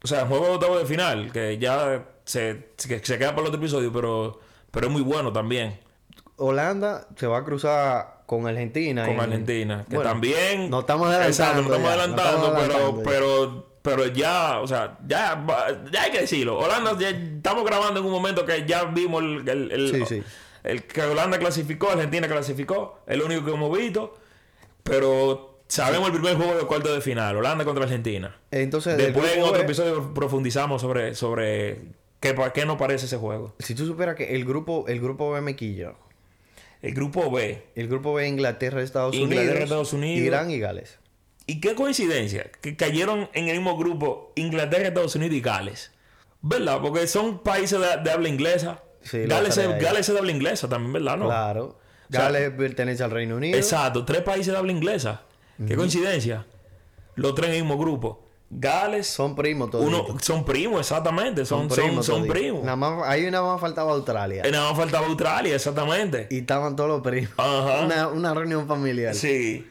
[SPEAKER 2] O sea, juego de octavo de final, que ya se, que se queda para el otro episodio, pero, pero es muy bueno también.
[SPEAKER 1] Holanda se va a cruzar con Argentina.
[SPEAKER 2] Con
[SPEAKER 1] en-
[SPEAKER 2] Argentina. Que
[SPEAKER 1] Bueno,
[SPEAKER 2] también.
[SPEAKER 1] Nos estamos adelantando.
[SPEAKER 2] Exacto, nos estamos
[SPEAKER 1] ya, nos
[SPEAKER 2] adelantando,
[SPEAKER 1] estamos
[SPEAKER 2] pero,
[SPEAKER 1] adelantando ya.
[SPEAKER 2] pero, pero ya, o sea, ya, va- ya hay que decirlo. Holanda, ya estamos grabando en un momento que ya vimos el, el- el-
[SPEAKER 1] Sí, sí.
[SPEAKER 2] el que Holanda clasificó, Argentina clasificó, es lo único que hemos visto, pero sabemos el primer juego de cuarto de final, Holanda contra Argentina.
[SPEAKER 1] Entonces, del
[SPEAKER 2] Después en
[SPEAKER 1] grupo
[SPEAKER 2] otro
[SPEAKER 1] B,
[SPEAKER 2] episodio profundizamos sobre, sobre qué, pa- qué nos parece ese juego.
[SPEAKER 1] Si tú supieras que el grupo, el grupo B me quilla.
[SPEAKER 2] El grupo B.
[SPEAKER 1] El grupo B Inglaterra, Estados
[SPEAKER 2] Inglaterra,
[SPEAKER 1] Unidos.
[SPEAKER 2] Estados Unidos.
[SPEAKER 1] Irán y Gales.
[SPEAKER 2] Y qué coincidencia que cayeron en el mismo grupo Inglaterra, Estados Unidos y Gales. ¿Verdad? Porque son países de, de habla inglesa.
[SPEAKER 1] Sí, lo
[SPEAKER 2] Gales, es,
[SPEAKER 1] trae ahí.
[SPEAKER 2] Gales es de habla inglesa también, ¿verdad? No.
[SPEAKER 1] Claro.
[SPEAKER 2] sea,
[SPEAKER 1] Gales pertenece al Reino Unido.
[SPEAKER 2] Exacto, tres países de habla inglesa. Qué coincidencia. Los tres en el mismo grupo. Gales,
[SPEAKER 1] Son primos todos.
[SPEAKER 2] uno, son primos, exactamente. Son, son,
[SPEAKER 1] primos.
[SPEAKER 2] son
[SPEAKER 1] toditos.
[SPEAKER 2] primos.
[SPEAKER 1] Nada más, hay una más faltaba Australia.
[SPEAKER 2] Eh, Nada más faltaba Australia, exactamente.
[SPEAKER 1] Y estaban todos los primos.
[SPEAKER 2] Ajá.
[SPEAKER 1] Una, una reunión familiar.
[SPEAKER 2] Sí,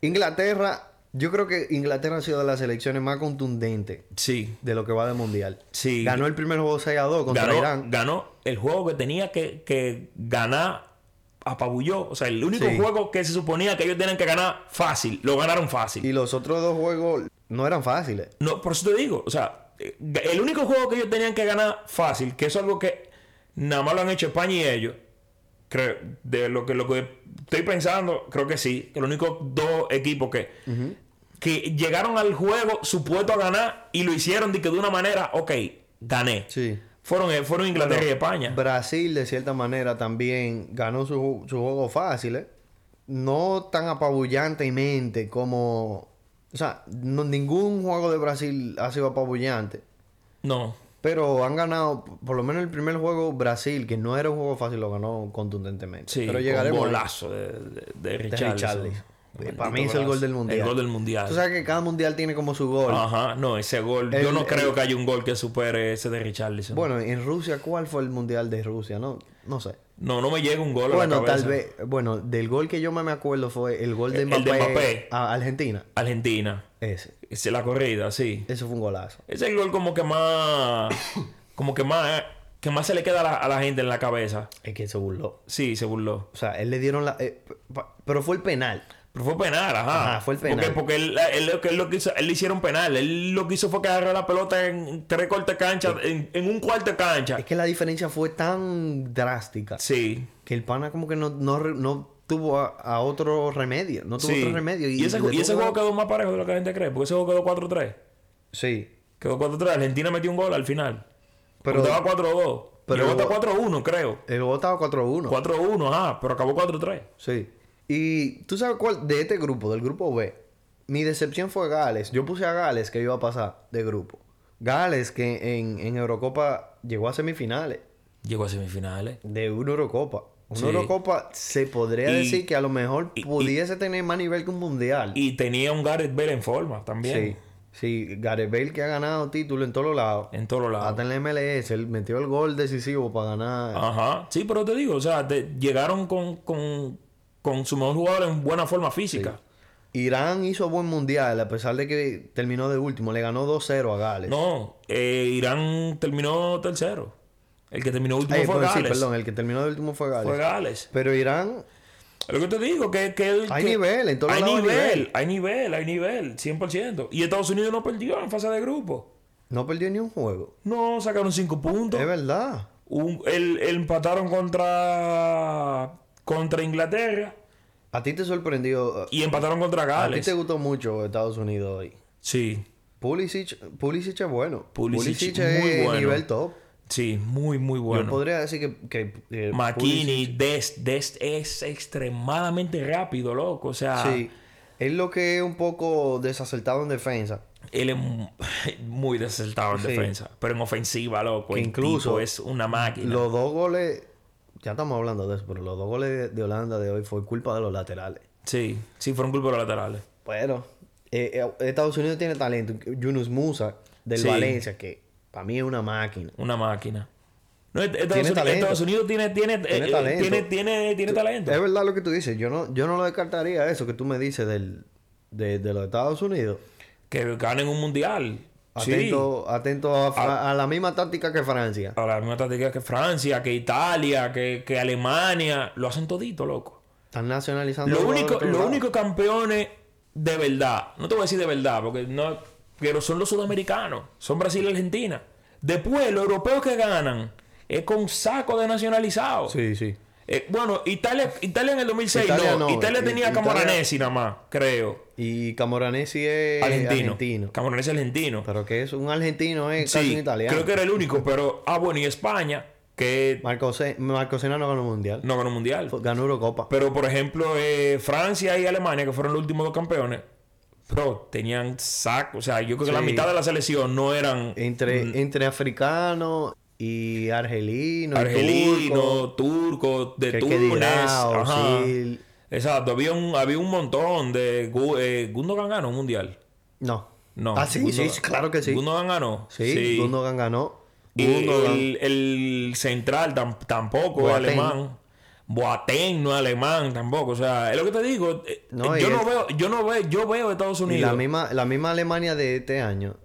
[SPEAKER 1] Inglaterra, yo creo que Inglaterra ha sido de las selecciones más contundentes
[SPEAKER 2] sí.
[SPEAKER 1] de lo que va de mundial.
[SPEAKER 2] Sí.
[SPEAKER 1] Ganó el primer juego 6 a 2 contra
[SPEAKER 2] ganó,
[SPEAKER 1] Irán.
[SPEAKER 2] ganó el juego que tenía que, que ganar, apabulló. O sea, el único
[SPEAKER 1] Sí.
[SPEAKER 2] juego que se suponía que ellos tenían que ganar fácil, lo ganaron fácil.
[SPEAKER 1] Y los otros dos juegos no eran fáciles.
[SPEAKER 2] No, por eso te digo, o sea, eh, el único juego que ellos tenían que ganar fácil, que eso es algo que nada más lo han hecho España y ellos. Creo, de lo que, lo que estoy pensando, creo que sí. que Los únicos dos equipos que, que llegaron al juego supuesto a ganar y lo hicieron de, que de una manera, ok, gané.
[SPEAKER 1] Sí.
[SPEAKER 2] Fueron, eh, fueron Inglaterra y España.
[SPEAKER 1] Brasil, de cierta manera, también ganó su, ju- su juego fácil. ¿eh? No tan apabullantemente como. O sea, no- ningún juego de Brasil ha sido apabullante.
[SPEAKER 2] No.
[SPEAKER 1] Pero han ganado, p- por lo menos el primer juego, Brasil, que no era un juego fácil, lo ganó contundentemente.
[SPEAKER 2] Sí,
[SPEAKER 1] Pero
[SPEAKER 2] con
[SPEAKER 1] llegaremos.
[SPEAKER 2] un
[SPEAKER 1] ahí.
[SPEAKER 2] golazo de, de, de Richarlison.
[SPEAKER 1] Richarlison.
[SPEAKER 2] Maldito
[SPEAKER 1] Para mí es el
[SPEAKER 2] golazo.
[SPEAKER 1] gol del mundial.
[SPEAKER 2] El gol del mundial.
[SPEAKER 1] Tú sabes que cada mundial tiene como su gol.
[SPEAKER 2] Ajá, no, ese gol. yo
[SPEAKER 1] El-
[SPEAKER 2] no creo
[SPEAKER 1] el-
[SPEAKER 2] que haya un gol que supere ese de Richarlison.
[SPEAKER 1] Bueno, en Rusia, ¿cuál fue el mundial de Rusia? No, no sé.
[SPEAKER 2] No, no me llega un gol a
[SPEAKER 1] Bueno,
[SPEAKER 2] la cabeza.
[SPEAKER 1] tal vez. Bueno, del gol que yo más me acuerdo fue el gol de
[SPEAKER 2] El de
[SPEAKER 1] Mbappé,
[SPEAKER 2] Mbappé.
[SPEAKER 1] a Argentina.
[SPEAKER 2] Argentina.
[SPEAKER 1] Ese.
[SPEAKER 2] Esa es la corrida, sí.
[SPEAKER 1] Eso fue un golazo.
[SPEAKER 2] Ese es el gol como que más... Como que más... Que más se le queda a la, a la gente en la cabeza.
[SPEAKER 1] Es que se burló.
[SPEAKER 2] Sí, se burló.
[SPEAKER 1] O sea, él le dieron la. eh, pa- pero fue el penal.
[SPEAKER 2] Pero fue penal, ajá.
[SPEAKER 1] Ajá, fue el penal.
[SPEAKER 2] Porque, porque él, él lo que- él lo que hizo- él le hicieron penal. Él lo que hizo fue que agarró la pelota en tres cortes de cancha, en, en un cuarto de cancha.
[SPEAKER 1] Es que la diferencia fue tan drástica
[SPEAKER 2] Sí.
[SPEAKER 1] que el pana como que no, no, re- no tuvo a, a otro remedio. No tuvo
[SPEAKER 2] sí.
[SPEAKER 1] otro remedio.
[SPEAKER 2] Y, ese,
[SPEAKER 1] le
[SPEAKER 2] ju- y
[SPEAKER 1] tuvo
[SPEAKER 2] ese
[SPEAKER 1] que
[SPEAKER 2] juego
[SPEAKER 1] dar-
[SPEAKER 2] quedó más parejo de lo que la gente cree. Porque ese juego quedó 4-3.
[SPEAKER 1] Sí.
[SPEAKER 2] Quedó 4-3. Argentina metió un gol al final.
[SPEAKER 1] Pero-
[SPEAKER 2] Pero. Estaba 4-2.
[SPEAKER 1] pero-
[SPEAKER 2] Pero. Llegó hasta 4-1, creo.
[SPEAKER 1] El votado 4-1.
[SPEAKER 2] 4-1, ajá. Pero acabó 4-3.
[SPEAKER 1] Sí. Y tú sabes cuál, de este grupo, del grupo B, mi decepción fue Gales. Yo puse a Gales que iba a pasar de grupo. Gales que en, en Eurocopa llegó a semifinales
[SPEAKER 2] Llegó a semifinales.
[SPEAKER 1] de una Eurocopa. Una
[SPEAKER 2] Sí.
[SPEAKER 1] Eurocopa se podría
[SPEAKER 2] Y-
[SPEAKER 1] decir que a lo mejor
[SPEAKER 2] y- y-
[SPEAKER 1] pudiese tener más nivel que un mundial.
[SPEAKER 2] Y tenía un Gareth Bale en forma
[SPEAKER 1] sí.
[SPEAKER 2] también.
[SPEAKER 1] Sí, Gareth Bale que ha ganado título en todos lados.
[SPEAKER 2] En todos Ah. lados.
[SPEAKER 1] Hasta en la MLS, él metió el gol decisivo para ganar.
[SPEAKER 2] Ajá. Sí, pero te digo, o sea, te- llegaron con, con, con su mejor jugador en buena forma física.
[SPEAKER 1] Irán hizo buen mundial, a pesar de que terminó de último. Le ganó 2-0 a Gales.
[SPEAKER 2] No, eh, Irán terminó tercero. El que terminó último
[SPEAKER 1] Ay,
[SPEAKER 2] fue
[SPEAKER 1] pues, sí,
[SPEAKER 2] Gales.
[SPEAKER 1] perdón, el que terminó de último fue Gales.
[SPEAKER 2] Fue Gales.
[SPEAKER 1] Pero Irán,
[SPEAKER 2] Lo que te digo, que, que el-
[SPEAKER 1] Hay
[SPEAKER 2] que-
[SPEAKER 1] nivel, en todos
[SPEAKER 2] hay
[SPEAKER 1] lados hay
[SPEAKER 2] nivel,
[SPEAKER 1] nivel.
[SPEAKER 2] hay nivel, hay nivel, 100%. Y Estados Unidos no perdió en fase de grupo.
[SPEAKER 1] no perdió ni un juego.
[SPEAKER 2] No, sacaron 5 puntos.
[SPEAKER 1] Es verdad.
[SPEAKER 2] Un- el, el empataron contra, contra Inglaterra
[SPEAKER 1] A ti te sorprendió.
[SPEAKER 2] y empataron contra
[SPEAKER 1] A ti
[SPEAKER 2] Gales.
[SPEAKER 1] te gustó mucho Estados Unidos hoy.
[SPEAKER 2] Sí,
[SPEAKER 1] Pulisic, Pulisic es bueno.
[SPEAKER 2] Pulisic
[SPEAKER 1] es
[SPEAKER 2] muy bueno.
[SPEAKER 1] nivel top.
[SPEAKER 2] sí, muy, muy
[SPEAKER 1] Yo
[SPEAKER 2] bueno.
[SPEAKER 1] podría decir que. que eh,
[SPEAKER 2] Makini, Dest, Dest es extremadamente rápido, loco. O sea,
[SPEAKER 1] Pulisic- sí. Es lo que es un poco desacertado en defensa.
[SPEAKER 2] Él es mu- muy desertado en
[SPEAKER 1] Sí.
[SPEAKER 2] defensa, pero en ofensiva, loco.
[SPEAKER 1] Que
[SPEAKER 2] el
[SPEAKER 1] incluso
[SPEAKER 2] tipo es una máquina.
[SPEAKER 1] Los dos goles. Ya estamos hablando de eso, pero los dos goles de, de Holanda de hoy fue culpa de los laterales.
[SPEAKER 2] Sí, sí, fueron culpa de los laterales.
[SPEAKER 1] Bueno, eh, eh, Estados Unidos tiene talento. Yunus Musa del
[SPEAKER 2] Sí.
[SPEAKER 1] Valencia, que para mí es una máquina.
[SPEAKER 2] Una máquina. No, est- Estados,
[SPEAKER 1] Tiene
[SPEAKER 2] Unidos,
[SPEAKER 1] talento.
[SPEAKER 2] Estados Unidos tiene, tiene,
[SPEAKER 1] Tiene
[SPEAKER 2] eh, eh,
[SPEAKER 1] talento.
[SPEAKER 2] tiene, tiene- tiene talento.
[SPEAKER 1] Es verdad lo que tú dices. Yo no, yo no lo descartaría eso que tú me dices del, de, de los Estados Unidos.
[SPEAKER 2] Que ganen un mundial. Sí. Ah.
[SPEAKER 1] Atento, atento a, Fra- a la misma táctica que Francia.
[SPEAKER 2] A la misma táctica que Francia, que Italia, que, que Alemania. Lo hacen todito, loco.
[SPEAKER 1] Están nacionalizando.
[SPEAKER 2] Lo
[SPEAKER 1] jugadores
[SPEAKER 2] único,
[SPEAKER 1] de todos
[SPEAKER 2] los
[SPEAKER 1] lados.
[SPEAKER 2] únicos campeones de verdad, no te voy a decir de verdad, porque no, pero son los sudamericanos, son Brasil y Argentina. Después, los europeos que ganan es con saco de nacionalizados.
[SPEAKER 1] Sí, sí.
[SPEAKER 2] Eh, bueno, Italia, Italia en el 2006
[SPEAKER 1] Italia
[SPEAKER 2] no.
[SPEAKER 1] no,
[SPEAKER 2] Italia
[SPEAKER 1] I-
[SPEAKER 2] tenía
[SPEAKER 1] Italia-
[SPEAKER 2] Camaranesi nada más, creo.
[SPEAKER 1] Y Camoranesi es
[SPEAKER 2] Argentino.
[SPEAKER 1] Eh, argentino.
[SPEAKER 2] Camoranesi argentino.
[SPEAKER 1] Pero que es un argentino, es casi
[SPEAKER 2] sí,
[SPEAKER 1] un italiano.
[SPEAKER 2] creo que era el único, pero... Ah, bueno, y España, que
[SPEAKER 1] Marco, Se- Marco Sena no ganó mundial.
[SPEAKER 2] no ganó mundial.
[SPEAKER 1] Ganó Eurocopa.
[SPEAKER 2] Pero, por ejemplo, eh, Francia y Alemania, que fueron los últimos dos campeones, pero tenían saco. O sea, yo creo que la
[SPEAKER 1] Sí.
[SPEAKER 2] mitad de la selección no eran
[SPEAKER 1] Entre,
[SPEAKER 2] Mm.
[SPEAKER 1] entre africano y argelino. y turco,
[SPEAKER 2] argelinos, turcos, de
[SPEAKER 1] que- que
[SPEAKER 2] Túnez.
[SPEAKER 1] dirá, o
[SPEAKER 2] ajá.
[SPEAKER 1] Sil-
[SPEAKER 2] Exacto, había un, había un montón de. Gu- eh, Gundogan ganó un mundial.
[SPEAKER 1] No.
[SPEAKER 2] No.
[SPEAKER 1] Ah, sí,
[SPEAKER 2] Gundogan-
[SPEAKER 1] sí, claro que sí.
[SPEAKER 2] Gundogan ganó.
[SPEAKER 1] Sí, Gundogan ganó.
[SPEAKER 2] Y
[SPEAKER 1] Gundogan.
[SPEAKER 2] el, el central tam- tampoco
[SPEAKER 1] Boateng.
[SPEAKER 2] es alemán. Boateng no es alemán tampoco. O sea, es lo que te digo. eh,
[SPEAKER 1] No,
[SPEAKER 2] yo
[SPEAKER 1] y
[SPEAKER 2] no
[SPEAKER 1] es-
[SPEAKER 2] veo, yo no veo, yo veo Estados
[SPEAKER 1] Y
[SPEAKER 2] Unidos.
[SPEAKER 1] la misma, la misma Alemania de este año.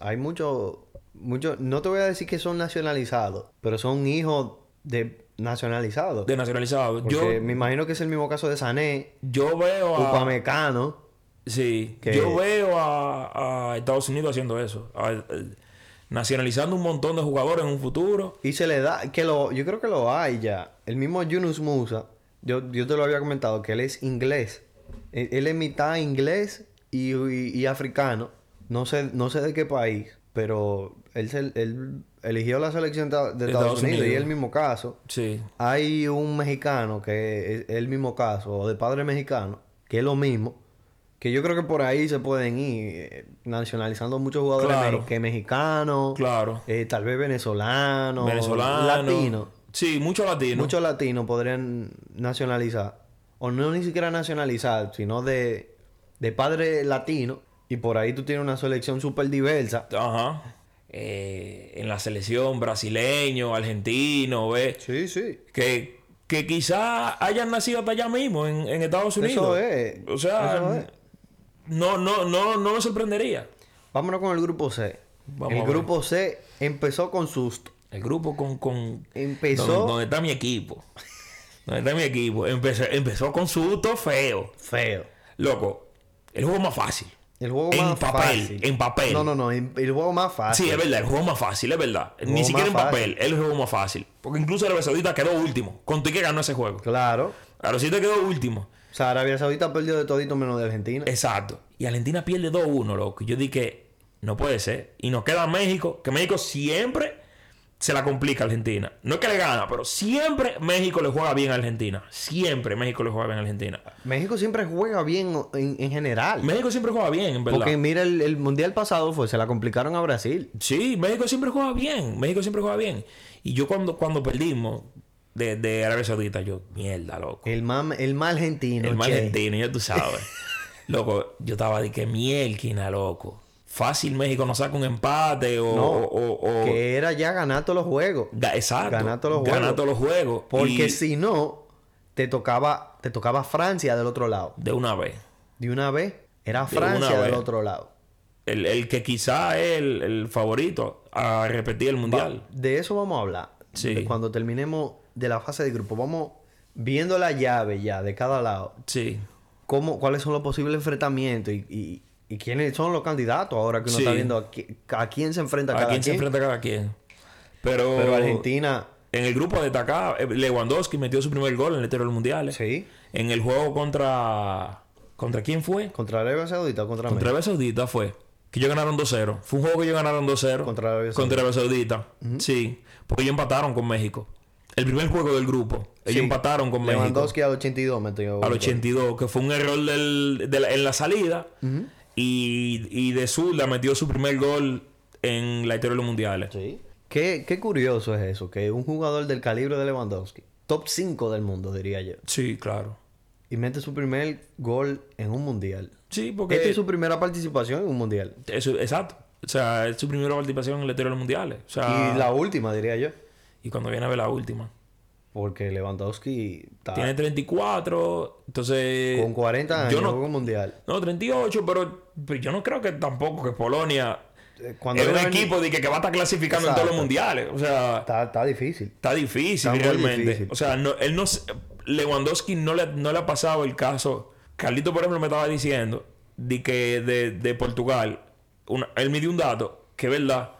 [SPEAKER 1] Hay mucho, mucho, no te voy a decir que son nacionalizados, pero son hijos de nacionalizados.
[SPEAKER 2] de nacionalizado. Yo, Ah.
[SPEAKER 1] Porque me imagino que es el mismo caso de Sané,
[SPEAKER 2] yo veo a.
[SPEAKER 1] Upamecano.
[SPEAKER 2] Sí,
[SPEAKER 1] Que-
[SPEAKER 2] yo veo a, a Estados Unidos haciendo eso. a- a- nacionalizando un montón de jugadores en un futuro.
[SPEAKER 1] Y se le da, que lo, yo creo que lo hay ya. El mismo Yunus Musa, yo, yo te lo había comentado, que él es inglés. Él, él es mitad inglés y, y- y africano. No sé, no sé de qué país, pero él, se- él eligió la selección de Estados,
[SPEAKER 2] Estados
[SPEAKER 1] Unidos, y
[SPEAKER 2] Unidos.
[SPEAKER 1] el mismo caso.
[SPEAKER 2] Sí.
[SPEAKER 1] Hay un mexicano que es el mismo caso, o de padre mexicano, que es lo mismo. Que yo creo que por ahí se pueden ir eh, nacionalizando muchos jugadores
[SPEAKER 2] Claro.
[SPEAKER 1] me- que mexicanos.
[SPEAKER 2] Claro.
[SPEAKER 1] Eh, tal vez venezolano,
[SPEAKER 2] Venezolano.
[SPEAKER 1] latino.
[SPEAKER 2] Sí, mucho latino.
[SPEAKER 1] Muchos latinos podrían nacionalizar. O no ni siquiera nacionalizar, sino de, de padre latino. Y por ahí tú tienes una selección súper diversa.
[SPEAKER 2] Ajá. Eh, en la selección brasileño, argentino, ¿ves?
[SPEAKER 1] Sí, sí.
[SPEAKER 2] Que que quizás hayan nacido hasta allá mismo, en, en Estados
[SPEAKER 1] Eso
[SPEAKER 2] Unidos.
[SPEAKER 1] es.
[SPEAKER 2] O sea,
[SPEAKER 1] Eso es.
[SPEAKER 2] no, no, no, no me sorprendería.
[SPEAKER 1] Vámonos con el grupo C.
[SPEAKER 2] Vamos a
[SPEAKER 1] el
[SPEAKER 2] ver.
[SPEAKER 1] grupo C empezó con susto.
[SPEAKER 2] El grupo con... con
[SPEAKER 1] Empezó-
[SPEAKER 2] Donde, donde está mi equipo. donde está mi equipo. Empezó, empezó con susto feo.
[SPEAKER 1] Feo.
[SPEAKER 2] Loco, el juego más fácil.
[SPEAKER 1] El juego
[SPEAKER 2] En
[SPEAKER 1] más
[SPEAKER 2] papel,
[SPEAKER 1] fácil.
[SPEAKER 2] en papel.
[SPEAKER 1] No, no, no. en- el juego más fácil.
[SPEAKER 2] Sí, es verdad, el juego más fácil, es verdad. Ni
[SPEAKER 1] Ah, juego
[SPEAKER 2] siquiera en
[SPEAKER 1] más
[SPEAKER 2] papel, es el juego más fácil. Porque incluso Arabia Saudita quedó último. Con que ganó ese juego.
[SPEAKER 1] Claro.
[SPEAKER 2] Arabia Saudita quedó último.
[SPEAKER 1] O sea, Arabia Saudita perdió de todito menos de Argentina.
[SPEAKER 2] Exacto. Y Argentina pierde 2-1, loco. Yo dije, no puede ser. Y nos queda México, que México siempre se la complica a Argentina. No es que le gana, pero siempre México le juega bien a Argentina. Siempre México le juega bien a Argentina.
[SPEAKER 1] México siempre juega bien en, en general.
[SPEAKER 2] México siempre juega bien, en verdad.
[SPEAKER 1] Porque mira, el, el mundial pasado fue, se la complicaron a Brasil.
[SPEAKER 2] Sí, México siempre juega bien. México siempre juega bien. Y yo cuando, cuando perdimos de, de Arabia Saudita, yo, mierda, loco.
[SPEAKER 1] El más el más argentino.
[SPEAKER 2] El más
[SPEAKER 1] che.
[SPEAKER 2] argentino, ya tú sabes. loco, yo estaba de que mielquina, loco. Fácil México no saca un empate o...
[SPEAKER 1] No,
[SPEAKER 2] o- o- o-
[SPEAKER 1] Que era ya ganar todos los juegos.
[SPEAKER 2] Da- exacto.
[SPEAKER 1] ganar todos los
[SPEAKER 2] Ganar
[SPEAKER 1] juegos.
[SPEAKER 2] todos los juegos.
[SPEAKER 1] Porque
[SPEAKER 2] y
[SPEAKER 1] si no, te tocaba, te tocaba Francia del otro lado.
[SPEAKER 2] De una vez.
[SPEAKER 1] De una vez, era
[SPEAKER 2] una
[SPEAKER 1] Francia del
[SPEAKER 2] vez.
[SPEAKER 1] otro lado.
[SPEAKER 2] El, el que quizá es el, el favorito a repetir el mundial.
[SPEAKER 1] De eso vamos a hablar.
[SPEAKER 2] Sí.
[SPEAKER 1] De Cuando terminemos de la fase de grupo, vamos viendo la llave ya de cada lado.
[SPEAKER 2] Sí.
[SPEAKER 1] Cómo, ¿Cuáles son los posibles enfrentamientos y, y- y quiénes son los candidatos ahora que uno
[SPEAKER 2] Sí.
[SPEAKER 1] está viendo a, qui- a quién se enfrenta
[SPEAKER 2] A
[SPEAKER 1] cada
[SPEAKER 2] quién se
[SPEAKER 1] quien?
[SPEAKER 2] enfrenta cada quien. Pero,
[SPEAKER 1] Pero Argentina,
[SPEAKER 2] En el grupo destacado, eh, Lewandowski metió su primer gol en el exterior del mundial. eh.
[SPEAKER 1] sí.
[SPEAKER 2] En el juego contra. ¿Contra quién fue?
[SPEAKER 1] Contra Arabia Saudita, o contra,
[SPEAKER 2] Contra
[SPEAKER 1] México.
[SPEAKER 2] Arabia Saudita fue. Que ellos ganaron 2-0. Fue un juego que ellos ganaron 2-0.
[SPEAKER 1] Contra Arabia Saudita.
[SPEAKER 2] Arabia Saudita. Sí. Porque ellos empataron con México. El primer juego del grupo. Ellos
[SPEAKER 1] Sí.
[SPEAKER 2] empataron con México.
[SPEAKER 1] Lewandowski al 82 metió.
[SPEAKER 2] al
[SPEAKER 1] gol.
[SPEAKER 2] 82, que fue un error del- de la- en la salida. y, y de Zula metió su primer gol en la historia de los mundiales.
[SPEAKER 1] Sí. Qué, qué curioso es eso, que un jugador del calibre de Lewandowski, top 5 del mundo, diría yo,
[SPEAKER 2] Sí, claro.
[SPEAKER 1] y mete su primer gol en un mundial.
[SPEAKER 2] Sí, porque.
[SPEAKER 1] Esta Este es su primera participación en un mundial.
[SPEAKER 2] eso- exacto. O sea, es su primera participación en el exterior de los mundiales. O sea,
[SPEAKER 1] Y
[SPEAKER 2] y,
[SPEAKER 1] la última, diría yo.
[SPEAKER 2] cuando viene a ver la última.
[SPEAKER 1] Porque Lewandowski está
[SPEAKER 2] Tiene 34, entonces.
[SPEAKER 1] Ah. con 40 años
[SPEAKER 2] Yo
[SPEAKER 1] jugó
[SPEAKER 2] no,
[SPEAKER 1] un mundial.
[SPEAKER 2] no, 38, pero, pero yo no creo que tampoco que Polonia
[SPEAKER 1] Eh, Cuando
[SPEAKER 2] es un
[SPEAKER 1] viene a ver-
[SPEAKER 2] equipo de que, que va a estar clasificando en todos los
[SPEAKER 1] Exacto.
[SPEAKER 2] mundiales. O sea.
[SPEAKER 1] Está, está difícil.
[SPEAKER 2] Está difícil
[SPEAKER 1] Está muy
[SPEAKER 2] realmente.
[SPEAKER 1] difícil.
[SPEAKER 2] O sea, no, él no se- Lewandowski no le, no le ha pasado el caso. Carlito, por ejemplo, me estaba diciendo de que de, de Portugal, una- él me dio un dato, que es verdad,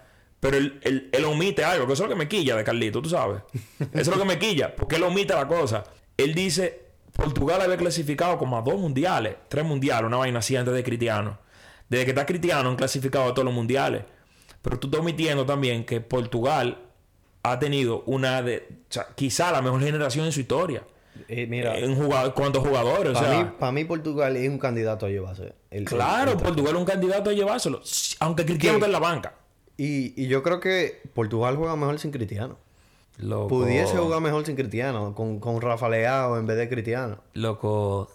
[SPEAKER 2] pero él, él- él omite algo, que eso es lo que me quilla de Carlito, tú sabes. Eso es lo que me quilla, porque él omite la cosa. Él dice, Portugal había clasificado como a dos mundiales, tres mundiales, una vaina así antes de Cristiano. Desde que está Cristiano han clasificado a todos los mundiales. Pero tú estás omitiendo también que Portugal ha tenido una de, o sea, quizá la mejor generación en su historia.
[SPEAKER 1] Eh, mira,
[SPEAKER 2] En jugado- cuanto a jugadores, o
[SPEAKER 1] para,
[SPEAKER 2] sea,
[SPEAKER 1] mí, pa' mí Portugal es un candidato a llevarse. El-
[SPEAKER 2] claro, Portugal es un candidato a llevárselo, Sí, aunque Cristiano
[SPEAKER 1] ¿Qué?
[SPEAKER 2] está en la banca.
[SPEAKER 1] Y, y yo creo que Portugal juega mejor sin Cristiano.
[SPEAKER 2] Loco,
[SPEAKER 1] Pudiese jugar mejor sin Cristiano, con, con Rafa Leao en vez de Cristiano.
[SPEAKER 2] Loco,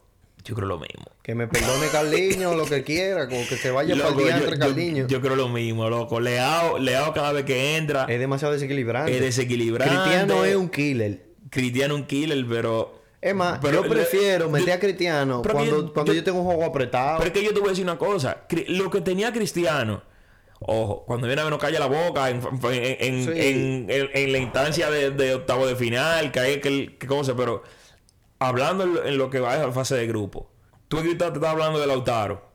[SPEAKER 2] yo creo lo mismo.
[SPEAKER 1] Que me perdone Carliño, lo que quiera, como que se vaya para
[SPEAKER 2] Loco,
[SPEAKER 1] el día
[SPEAKER 2] yo,
[SPEAKER 1] entre
[SPEAKER 2] yo-
[SPEAKER 1] Carliño.
[SPEAKER 2] yo creo lo mismo, loco. Leao, Leao cada vez que entra
[SPEAKER 1] es demasiado desequilibrante.
[SPEAKER 2] es desequilibrante.
[SPEAKER 1] Cristiano es un killer.
[SPEAKER 2] Cristiano un killer, pero
[SPEAKER 1] Es más,
[SPEAKER 2] Pero
[SPEAKER 1] yo
[SPEAKER 2] le-
[SPEAKER 1] prefiero meter
[SPEAKER 2] yo-
[SPEAKER 1] a Cristiano
[SPEAKER 2] pero
[SPEAKER 1] cuando,
[SPEAKER 2] yo-
[SPEAKER 1] cuando
[SPEAKER 2] yo-
[SPEAKER 1] yo, tengo un juego apretado.
[SPEAKER 2] Pero es que yo te voy a decir una cosa. Cri- Lo que tenía Cristiano, ojo, cuando viene a ver, no calla la boca en, en- en-
[SPEAKER 1] Sí.
[SPEAKER 2] en- en- en la instancia de, de octavo de final, que hay que, que cosa, pero hablando en lo, en lo que va a la fase de grupo, tú ahorita te estás hablando de Lautaro.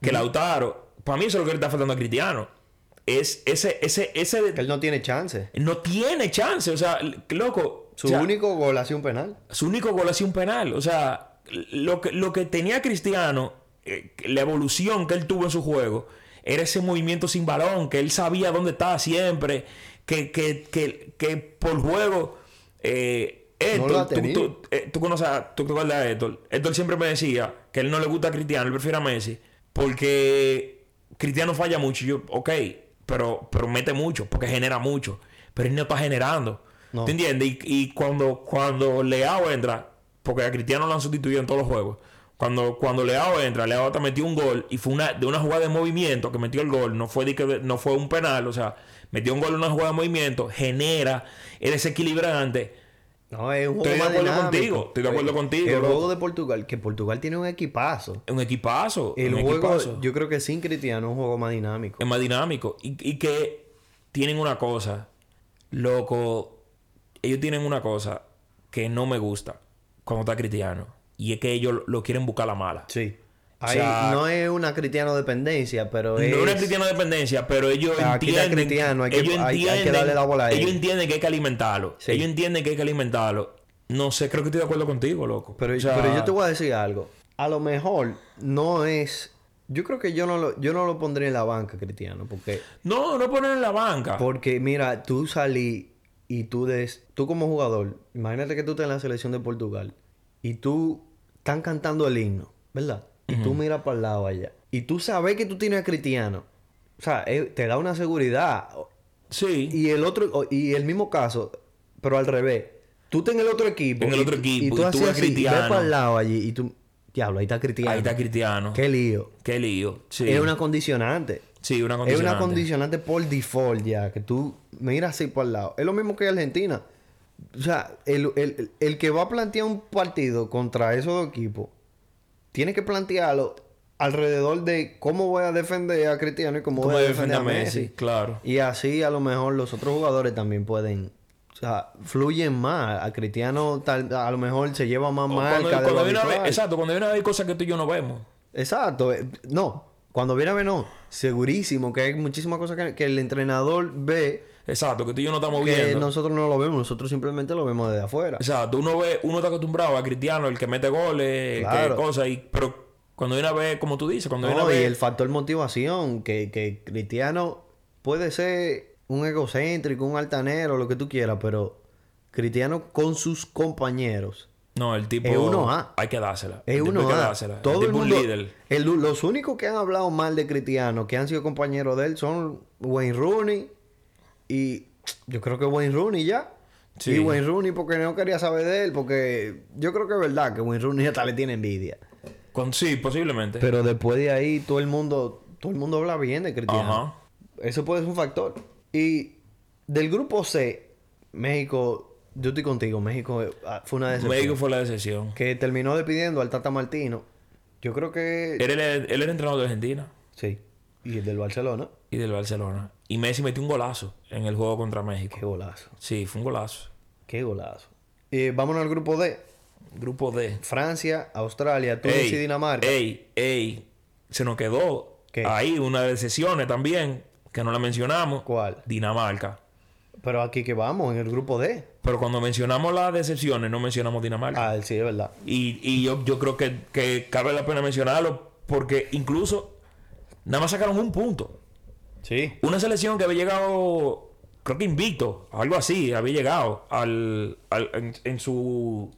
[SPEAKER 2] Que Lautaro, para mí eso es lo que le está faltando a Cristiano. Es ese, ese, ese.
[SPEAKER 1] Que él no tiene chance.
[SPEAKER 2] No tiene chance, o sea, l- loco.
[SPEAKER 1] Su
[SPEAKER 2] o sea,
[SPEAKER 1] único gol ha sido un penal.
[SPEAKER 2] su único gol ha sido un penal. O sea, lo que, lo que tenía Cristiano, eh, la evolución que él tuvo en su juego, era ese movimiento sin balón, que él sabía dónde estaba siempre, que, que, que, que por juego... eh,
[SPEAKER 1] No
[SPEAKER 2] Héctor,
[SPEAKER 1] lo ha
[SPEAKER 2] tú-
[SPEAKER 1] tenido.
[SPEAKER 2] tú, eh, tú conoces a, tú te acuerdas de Héctor. Héctor siempre me decía que él no le gusta a Cristiano, él prefiere a Messi, porque Cristiano falla mucho. Y yo, ok, pero, pero mete mucho, porque genera mucho, pero él no está generando.
[SPEAKER 1] No.
[SPEAKER 2] ¿Te entiendes? Y, y cuando, cuando Leao entra, porque a Cristiano lo han sustituido en todos los juegos. Cuando, cuando Leao entra, Leao hasta metió un gol y fue una, de una jugada de movimiento que metió el gol, no fue, de que- no fue un penal, o sea, metió un gol en una jugada de movimiento, genera, es desequilibrante.
[SPEAKER 1] No, es un juego
[SPEAKER 2] Estoy de
[SPEAKER 1] más
[SPEAKER 2] acuerdo
[SPEAKER 1] dinámico.
[SPEAKER 2] contigo, estoy de acuerdo
[SPEAKER 1] Eh,
[SPEAKER 2] contigo,
[SPEAKER 1] El
[SPEAKER 2] loco.
[SPEAKER 1] juego de Portugal, que Portugal tiene un equipazo.
[SPEAKER 2] Es un equipazo.
[SPEAKER 1] El
[SPEAKER 2] un
[SPEAKER 1] juego,
[SPEAKER 2] equipazo. Em,
[SPEAKER 1] yo creo que sin Cristiano es un juego más dinámico.
[SPEAKER 2] Es más dinámico. Y, y que tienen una cosa, loco. Ellos tienen una cosa que no me gusta cuando está Cristiano. Y es que ellos lo quieren buscar a la mala.
[SPEAKER 1] Sí.
[SPEAKER 2] O
[SPEAKER 1] Ahí
[SPEAKER 2] sea,
[SPEAKER 1] no es una Cristiano dependencia, pero es...
[SPEAKER 2] No una cristiana dependencia, pero ellos
[SPEAKER 1] Ah, aquí está
[SPEAKER 2] entienden.
[SPEAKER 1] Cristiano, hay que-
[SPEAKER 2] ellos
[SPEAKER 1] hay- hay que
[SPEAKER 2] entienden-
[SPEAKER 1] darle la bola a él.
[SPEAKER 2] Ellos entienden que hay que alimentarlo.
[SPEAKER 1] Sí.
[SPEAKER 2] Ellos entienden que hay que alimentarlo. No sé, creo que estoy de acuerdo contigo, loco.
[SPEAKER 1] Pero,
[SPEAKER 2] O sea,
[SPEAKER 1] pero yo te voy a decir algo. A lo mejor no es... Yo creo que yo no lo, yo no lo pondría en la banca, Cristiano, porque...
[SPEAKER 2] No, no poner en la banca.
[SPEAKER 1] Porque mira, tú salí y tú des, tú como jugador, imagínate que tú estás en la selección de Portugal y tú están cantando el himno, ¿verdad? Y tú miras para el lado allá y tú sabes que tú tienes a Cristiano. O sea, eh, te da una seguridad.
[SPEAKER 2] Sí.
[SPEAKER 1] Y el otro o- y el mismo caso, pero al revés. Tú estás en el otro equipo.
[SPEAKER 2] En el
[SPEAKER 1] y-
[SPEAKER 2] otro equipo,
[SPEAKER 1] Y
[SPEAKER 2] y
[SPEAKER 1] tú
[SPEAKER 2] tú
[SPEAKER 1] haces
[SPEAKER 2] ves
[SPEAKER 1] así, y ves
[SPEAKER 2] Cristiano.
[SPEAKER 1] para el lado allí y tú... Diablo, ahí está Cristiano.
[SPEAKER 2] Ahí está Cristiano. Qué,
[SPEAKER 1] Qué lío.
[SPEAKER 2] lío. Sí.
[SPEAKER 1] Es una condicionante.
[SPEAKER 2] Sí, una
[SPEAKER 1] Es una
[SPEAKER 2] condicionante.
[SPEAKER 1] condicionante por default ya, que tú miras así por el lado. Es lo mismo que Argentina. O sea, el, el- el que va a plantear un partido contra esos dos equipos, tiene que plantearlo alrededor de cómo voy a defender a Cristiano y cómo,
[SPEAKER 2] Como
[SPEAKER 1] voy a
[SPEAKER 2] defender
[SPEAKER 1] defender a Messi.
[SPEAKER 2] Claro.
[SPEAKER 1] Y así a lo mejor los otros jugadores también pueden... O sea, fluyen más. A Cristiano tal- a lo mejor se lleva más
[SPEAKER 2] O
[SPEAKER 1] marca
[SPEAKER 2] cuando,
[SPEAKER 1] de
[SPEAKER 2] cuando
[SPEAKER 1] lo
[SPEAKER 2] viene a ver-
[SPEAKER 1] habitual.
[SPEAKER 2] exacto, cuando viene a ver cosas que tú y yo no vemos.
[SPEAKER 1] Exacto. eh, No, cuando viene a ver, no. Segurísimo que hay muchísimas cosas que, que el entrenador ve
[SPEAKER 2] Exacto, que tú y yo no estamos
[SPEAKER 1] que
[SPEAKER 2] viendo.
[SPEAKER 1] nosotros no lo vemos, nosotros simplemente lo vemos desde afuera.
[SPEAKER 2] Exacto, uno ve, uno está acostumbrado a Cristiano, el que mete goles,
[SPEAKER 1] Claro.
[SPEAKER 2] que cosas, y, pero cuando viene a ver, como tú dices, cuando viene a
[SPEAKER 1] No, y
[SPEAKER 2] ver.
[SPEAKER 1] el factor motivación, que, que Cristiano puede ser un egocéntrico, un altanero, lo que tú quieras, pero Cristiano con sus compañeros
[SPEAKER 2] No, el tipo.
[SPEAKER 1] Es uno A.
[SPEAKER 2] Hay que dársela.
[SPEAKER 1] Es
[SPEAKER 2] El tipo
[SPEAKER 1] uno
[SPEAKER 2] hay que
[SPEAKER 1] ah,
[SPEAKER 2] dársela.
[SPEAKER 1] Todo el,
[SPEAKER 2] el tipo
[SPEAKER 1] mundo.
[SPEAKER 2] un líder.
[SPEAKER 1] el- los únicos que han hablado mal de Cristiano, que han sido compañeros de él, son Wayne Rooney y yo creo que Wayne Rooney ya.
[SPEAKER 2] Sí.
[SPEAKER 1] Y Wayne Rooney porque no quería saber de él, porque yo creo que es verdad que Wayne Rooney hasta le tiene envidia.
[SPEAKER 2] Con, sí, posiblemente.
[SPEAKER 1] Pero después de ahí todo el mundo, todo el mundo habla bien de Cristiano.
[SPEAKER 2] Ajá.
[SPEAKER 1] Eso puede ser un factor. Y del grupo C, México, yo estoy contigo, México eh, ah, fue una de
[SPEAKER 2] México fue la decepción.
[SPEAKER 1] que terminó despidiendo al Tata Martino. Yo creo que.
[SPEAKER 2] Él, era- él era entrenador de Argentina
[SPEAKER 1] Sí. Y el del Barcelona.
[SPEAKER 2] y del Barcelona. Y Messi metió un golazo en el juego contra México.
[SPEAKER 1] Qué golazo.
[SPEAKER 2] Sí, fue un golazo.
[SPEAKER 1] Qué golazo. Eh, vámonos al grupo D.
[SPEAKER 2] Grupo D.
[SPEAKER 1] Francia, Australia, Túnez
[SPEAKER 2] Ey,
[SPEAKER 1] y Dinamarca.
[SPEAKER 2] Ey, ey. Se nos quedó
[SPEAKER 1] ¿Qué?
[SPEAKER 2] ahí una de sesiones también, que no la mencionamos.
[SPEAKER 1] ¿Cuál?
[SPEAKER 2] Dinamarca.
[SPEAKER 1] Pero aquí que vamos, en el grupo D.
[SPEAKER 2] Pero cuando mencionamos las decepciones, no mencionamos Dinamarca.
[SPEAKER 1] Ah, sí, es verdad.
[SPEAKER 2] Y, y yo, yo creo que, que cabe la pena mencionarlo porque incluso nada más sacaron un punto.
[SPEAKER 1] Sí.
[SPEAKER 2] Una selección que había llegado, creo que invicto, algo así, había llegado al, al- en, en su,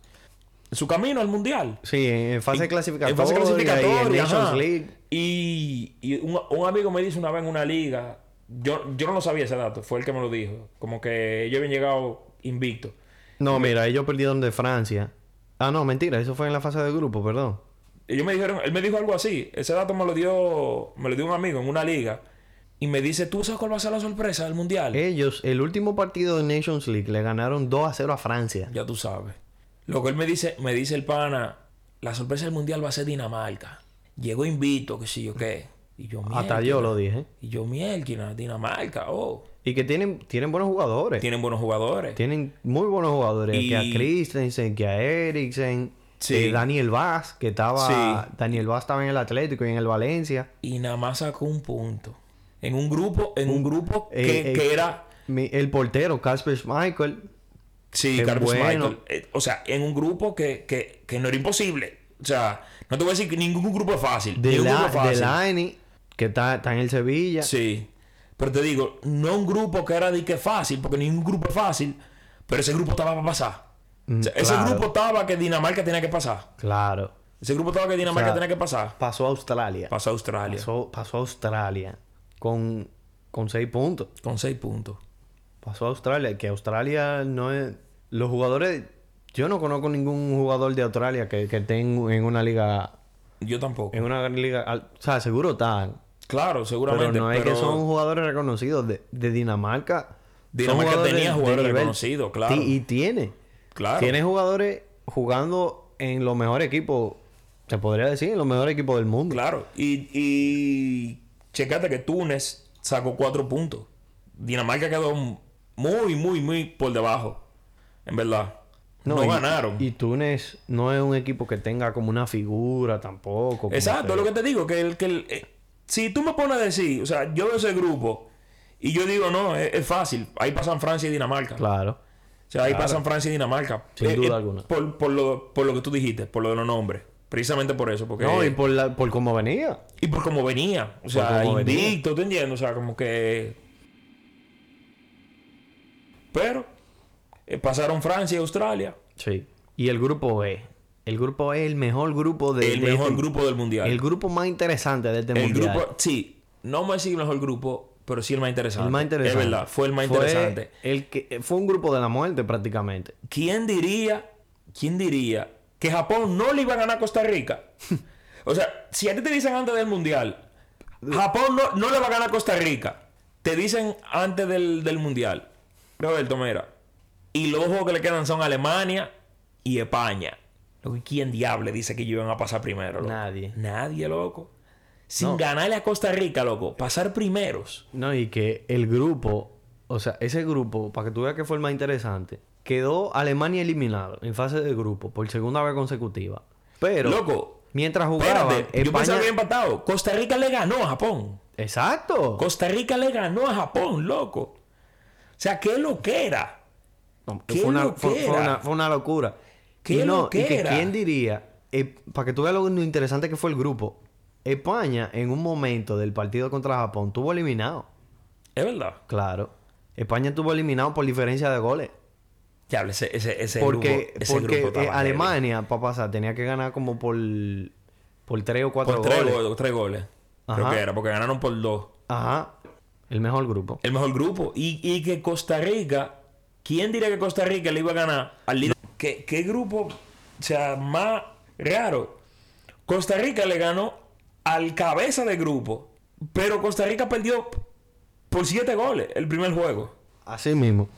[SPEAKER 2] en su camino al mundial.
[SPEAKER 1] Sí, en en fase clasificatoria.
[SPEAKER 2] En Eh, fase clasificatoria.
[SPEAKER 1] Y en Nations
[SPEAKER 2] ajá.
[SPEAKER 1] League.
[SPEAKER 2] Y, y un, un amigo me dice una vez en una liga, yo, yo no lo sabía ese dato, fue el que me lo dijo, como que ellos habían llegado invicto.
[SPEAKER 1] No, mira, ellos perdieron de Francia. Ah, no, mentira, eso fue en la fase de grupo, perdón.
[SPEAKER 2] Ellos me dijeron, él me dijo algo así. Ese dato me lo dio, me lo dio un amigo en una liga. Y me dice, ¿tú sabes cuál va a ser la sorpresa del mundial?
[SPEAKER 1] Ellos, el último partido de Nations League, le ganaron 2 a 0 a Francia.
[SPEAKER 2] Ya tú sabes. Lo que él me dice, me dice el pana, la sorpresa del mundial va a ser Dinamarca. Llegó invito, que sí yo qué. Y yo,
[SPEAKER 1] Hasta
[SPEAKER 2] "Miérquina".
[SPEAKER 1] yo lo dije.
[SPEAKER 2] Y yo, mielquina, Dinamarca, oh.
[SPEAKER 1] Y que tienen, tienen buenos jugadores.
[SPEAKER 2] Tienen buenos jugadores.
[SPEAKER 1] Tienen muy buenos jugadores.
[SPEAKER 2] Y-
[SPEAKER 1] Que a Christensen, que a Eriksen.
[SPEAKER 2] Sí.
[SPEAKER 1] eh, Daniel Vaz, que estaba...
[SPEAKER 2] Sí.
[SPEAKER 1] Daniel Vaz estaba en el Atlético y en el Valencia.
[SPEAKER 2] Y nada más sacó un punto. En un grupo, en un grupo que,
[SPEAKER 1] Eh, eh,
[SPEAKER 2] que era...
[SPEAKER 1] mi- el portero, Casper Schmeichel.
[SPEAKER 2] Sí,
[SPEAKER 1] Qué
[SPEAKER 2] Carlos
[SPEAKER 1] bueno.
[SPEAKER 2] Michael. Eh, o sea, en un grupo que, que, que no era imposible. O sea, no te voy a decir que ningún grupo es fácil.
[SPEAKER 1] De,
[SPEAKER 2] ningún
[SPEAKER 1] la,
[SPEAKER 2] grupo es
[SPEAKER 1] de
[SPEAKER 2] fácil.
[SPEAKER 1] Laini, que está, está en el Sevilla.
[SPEAKER 2] Sí. Pero te digo, no un grupo que era de que fácil, porque ningún grupo es fácil, pero ese grupo estaba para pasar. O sea,
[SPEAKER 1] Mm,
[SPEAKER 2] Ese
[SPEAKER 1] claro.
[SPEAKER 2] grupo estaba que Dinamarca tenía que pasar.
[SPEAKER 1] Claro.
[SPEAKER 2] Ese grupo estaba que Dinamarca
[SPEAKER 1] O sea,
[SPEAKER 2] tenía que pasar.
[SPEAKER 1] Pasó a Australia.
[SPEAKER 2] Pasó a Australia
[SPEAKER 1] Pasó, pasó a Australia. Con, con seis puntos.
[SPEAKER 2] con seis puntos.
[SPEAKER 1] Pasó a Australia. Que Australia no es... Los jugadores... Yo no conozco ningún jugador de Australia que, que esté en- en una liga
[SPEAKER 2] Yo tampoco.
[SPEAKER 1] En una liga. al- O sea, seguro están.
[SPEAKER 2] Claro, seguramente.
[SPEAKER 1] Pero no
[SPEAKER 2] Pero
[SPEAKER 1] es que son jugadores reconocidos de, de Dinamarca. son
[SPEAKER 2] Dinamarca tenía
[SPEAKER 1] de
[SPEAKER 2] jugadores
[SPEAKER 1] nivel.
[SPEAKER 2] reconocidos, claro.
[SPEAKER 1] Ti- Y tiene.
[SPEAKER 2] Claro.
[SPEAKER 1] Tiene jugadores jugando en los mejores equipos, se podría decir, en los mejores equipos del mundo.
[SPEAKER 2] Claro. Y, y checate que Túnez sacó cuatro puntos. Dinamarca quedó muy, muy, muy por debajo. En verdad. No,
[SPEAKER 1] y-
[SPEAKER 2] ganaron.
[SPEAKER 1] Y Túnez no es un equipo que tenga como una figura tampoco. como
[SPEAKER 2] Exacto,
[SPEAKER 1] que-
[SPEAKER 2] lo que te digo, que el que el- eh, si tú me pones a decir, o sea, yo veo ese grupo y yo digo, no, es, es fácil, ahí pasan Francia y Dinamarca.
[SPEAKER 1] Claro.
[SPEAKER 2] O sea, ahí pasan Francia y Dinamarca. Eh,
[SPEAKER 1] Sin duda alguna.
[SPEAKER 2] Por, por lo, por lo que tú dijiste, por lo de los nombres. Precisamente por eso, porque
[SPEAKER 1] No, y por, la, por cómo venía.
[SPEAKER 2] y por cómo venía, o sea,
[SPEAKER 1] cómo venía.
[SPEAKER 2] invicto, ¿te entiendes? O sea, como que Pero eh, pasaron Francia y Australia,
[SPEAKER 1] Sí. Y el grupo B. El grupo B es el mejor grupo de,
[SPEAKER 2] el
[SPEAKER 1] de
[SPEAKER 2] mejor
[SPEAKER 1] este-
[SPEAKER 2] grupo del mundial.
[SPEAKER 1] El grupo más interesante de este
[SPEAKER 2] El
[SPEAKER 1] mundial.
[SPEAKER 2] grupo, sí, no me decir el mejor grupo, pero sí el más interesante.
[SPEAKER 1] El más interesante.
[SPEAKER 2] Es verdad, fue el más
[SPEAKER 1] Fue
[SPEAKER 2] interesante.
[SPEAKER 1] El que, fue un grupo de la muerte prácticamente.
[SPEAKER 2] ¿Quién diría, quién diría que Japón no le iba a ganar a Costa Rica? o sea, si a ti te dicen antes del mundial, Japón no, no le va a ganar a Costa Rica, te dicen antes del, del mundial, Roberto, mira, y los juegos que le quedan son Alemania y España. Loco, ¿y ¿Quién diable dice que ellos iban a pasar primero? loco?
[SPEAKER 1] Nadie.
[SPEAKER 2] Nadie, loco. Sin ganarle a Costa Rica, loco. Pasar primeros.
[SPEAKER 1] No, y que el grupo, o sea, ese grupo, para que tú veas que fue el más interesante, quedó Alemania eliminado en fase de grupo por segunda vez consecutiva. Pero,
[SPEAKER 2] Loco,
[SPEAKER 1] mientras jugaban,
[SPEAKER 2] Espérate, yo
[SPEAKER 1] España-
[SPEAKER 2] pensaba que había empatado. Costa Rica le ganó a Japón.
[SPEAKER 1] Exacto.
[SPEAKER 2] Costa Rica le ganó a Japón, loco. O sea, qué loquera.
[SPEAKER 1] No,
[SPEAKER 2] ¡Qué
[SPEAKER 1] fue, una, fue- fue
[SPEAKER 2] loquera!
[SPEAKER 1] una- fue una locura.
[SPEAKER 2] ¡Qué
[SPEAKER 1] y no, y que
[SPEAKER 2] loquera!
[SPEAKER 1] quién diría, eh, para que tú veas lo interesante que fue el grupo, España en un momento del partido contra Japón tuvo eliminado.
[SPEAKER 2] Es verdad.
[SPEAKER 1] Claro. España tuvo eliminado por diferencia de goles.
[SPEAKER 2] Ya, ese, ese, ese
[SPEAKER 1] porque
[SPEAKER 2] grupo- ese
[SPEAKER 1] porque
[SPEAKER 2] grupo
[SPEAKER 1] eh,
[SPEAKER 2] estaba
[SPEAKER 1] Alemania, para pasar, tenía que ganar como por, por tres o
[SPEAKER 2] heavy.
[SPEAKER 1] cuatro
[SPEAKER 2] Por tres
[SPEAKER 1] goles.
[SPEAKER 2] goles. tres goles. Creo
[SPEAKER 1] Ajá.
[SPEAKER 2] que era, porque ganaron por dos.
[SPEAKER 1] Ajá. El mejor grupo.
[SPEAKER 2] El mejor grupo. Y, y que Costa Rica... ¿Quién diría que Costa Rica le iba a ganar al líder? ¿Qué, qué grupo, o sea, más raro? Costa Rica le ganó al cabeza de grupo, pero Costa Rica perdió por siete goles el primer juego.
[SPEAKER 1] Así mismo.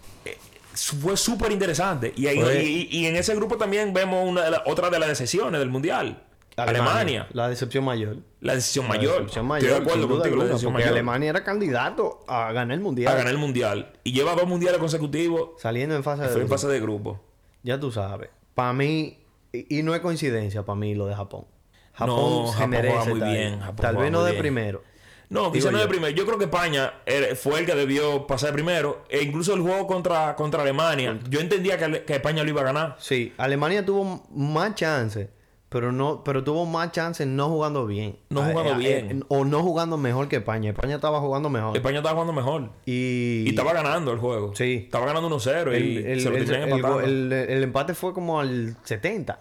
[SPEAKER 2] fue súper interesante. Y, ahí-
[SPEAKER 1] Fue-
[SPEAKER 2] y- y- y en ese grupo también vemos una de la- otra de las decisiones del Mundial. Alemania.
[SPEAKER 1] La decepción mayor.
[SPEAKER 2] La decisión
[SPEAKER 1] La
[SPEAKER 2] mayor.
[SPEAKER 1] decepción mayor,
[SPEAKER 2] Estoy de
[SPEAKER 1] sin
[SPEAKER 2] acuerdo
[SPEAKER 1] duda
[SPEAKER 2] contigo. la
[SPEAKER 1] alguna,
[SPEAKER 2] decisión
[SPEAKER 1] porque
[SPEAKER 2] mayor.
[SPEAKER 1] Alemania era candidato a ganar el mundial.
[SPEAKER 2] A ganar el Mundial. Y lleva dos Mundiales consecutivos.
[SPEAKER 1] Saliendo en fase de
[SPEAKER 2] Fue en
[SPEAKER 1] grupo.
[SPEAKER 2] fase de grupo.
[SPEAKER 1] Ya tú sabes. Para mí, y, y no es coincidencia para mí lo de Japón. Japón
[SPEAKER 2] No,
[SPEAKER 1] se
[SPEAKER 2] Japón
[SPEAKER 1] merece.
[SPEAKER 2] juega muy
[SPEAKER 1] estar ahí.
[SPEAKER 2] bien, Japón
[SPEAKER 1] Tal
[SPEAKER 2] juega
[SPEAKER 1] vez no
[SPEAKER 2] muy
[SPEAKER 1] de
[SPEAKER 2] bien.
[SPEAKER 1] primero.
[SPEAKER 2] No, quizá
[SPEAKER 1] Digo
[SPEAKER 2] no de
[SPEAKER 1] yo.
[SPEAKER 2] primero. Yo creo que España era- fue el que debió pasar primero. E incluso el juego contra, contra Alemania. Yo entendía que, Ale- que España lo iba a ganar.
[SPEAKER 1] Sí, Alemania tuvo más chances, pero no, pero tuvo más chances no jugando bien.
[SPEAKER 2] No
[SPEAKER 1] Ah,
[SPEAKER 2] jugando
[SPEAKER 1] eh,
[SPEAKER 2] bien.
[SPEAKER 1] eh, o no jugando mejor que España. España estaba jugando mejor.
[SPEAKER 2] España estaba jugando mejor.
[SPEAKER 1] Y,
[SPEAKER 2] Y, estaba ganando el juego.
[SPEAKER 1] Sí.
[SPEAKER 2] Estaba ganando 1-0 y
[SPEAKER 1] el, el-
[SPEAKER 2] se lo
[SPEAKER 1] el-
[SPEAKER 2] tenían
[SPEAKER 1] el go-
[SPEAKER 2] empatado.
[SPEAKER 1] el- el empate fue como al 70.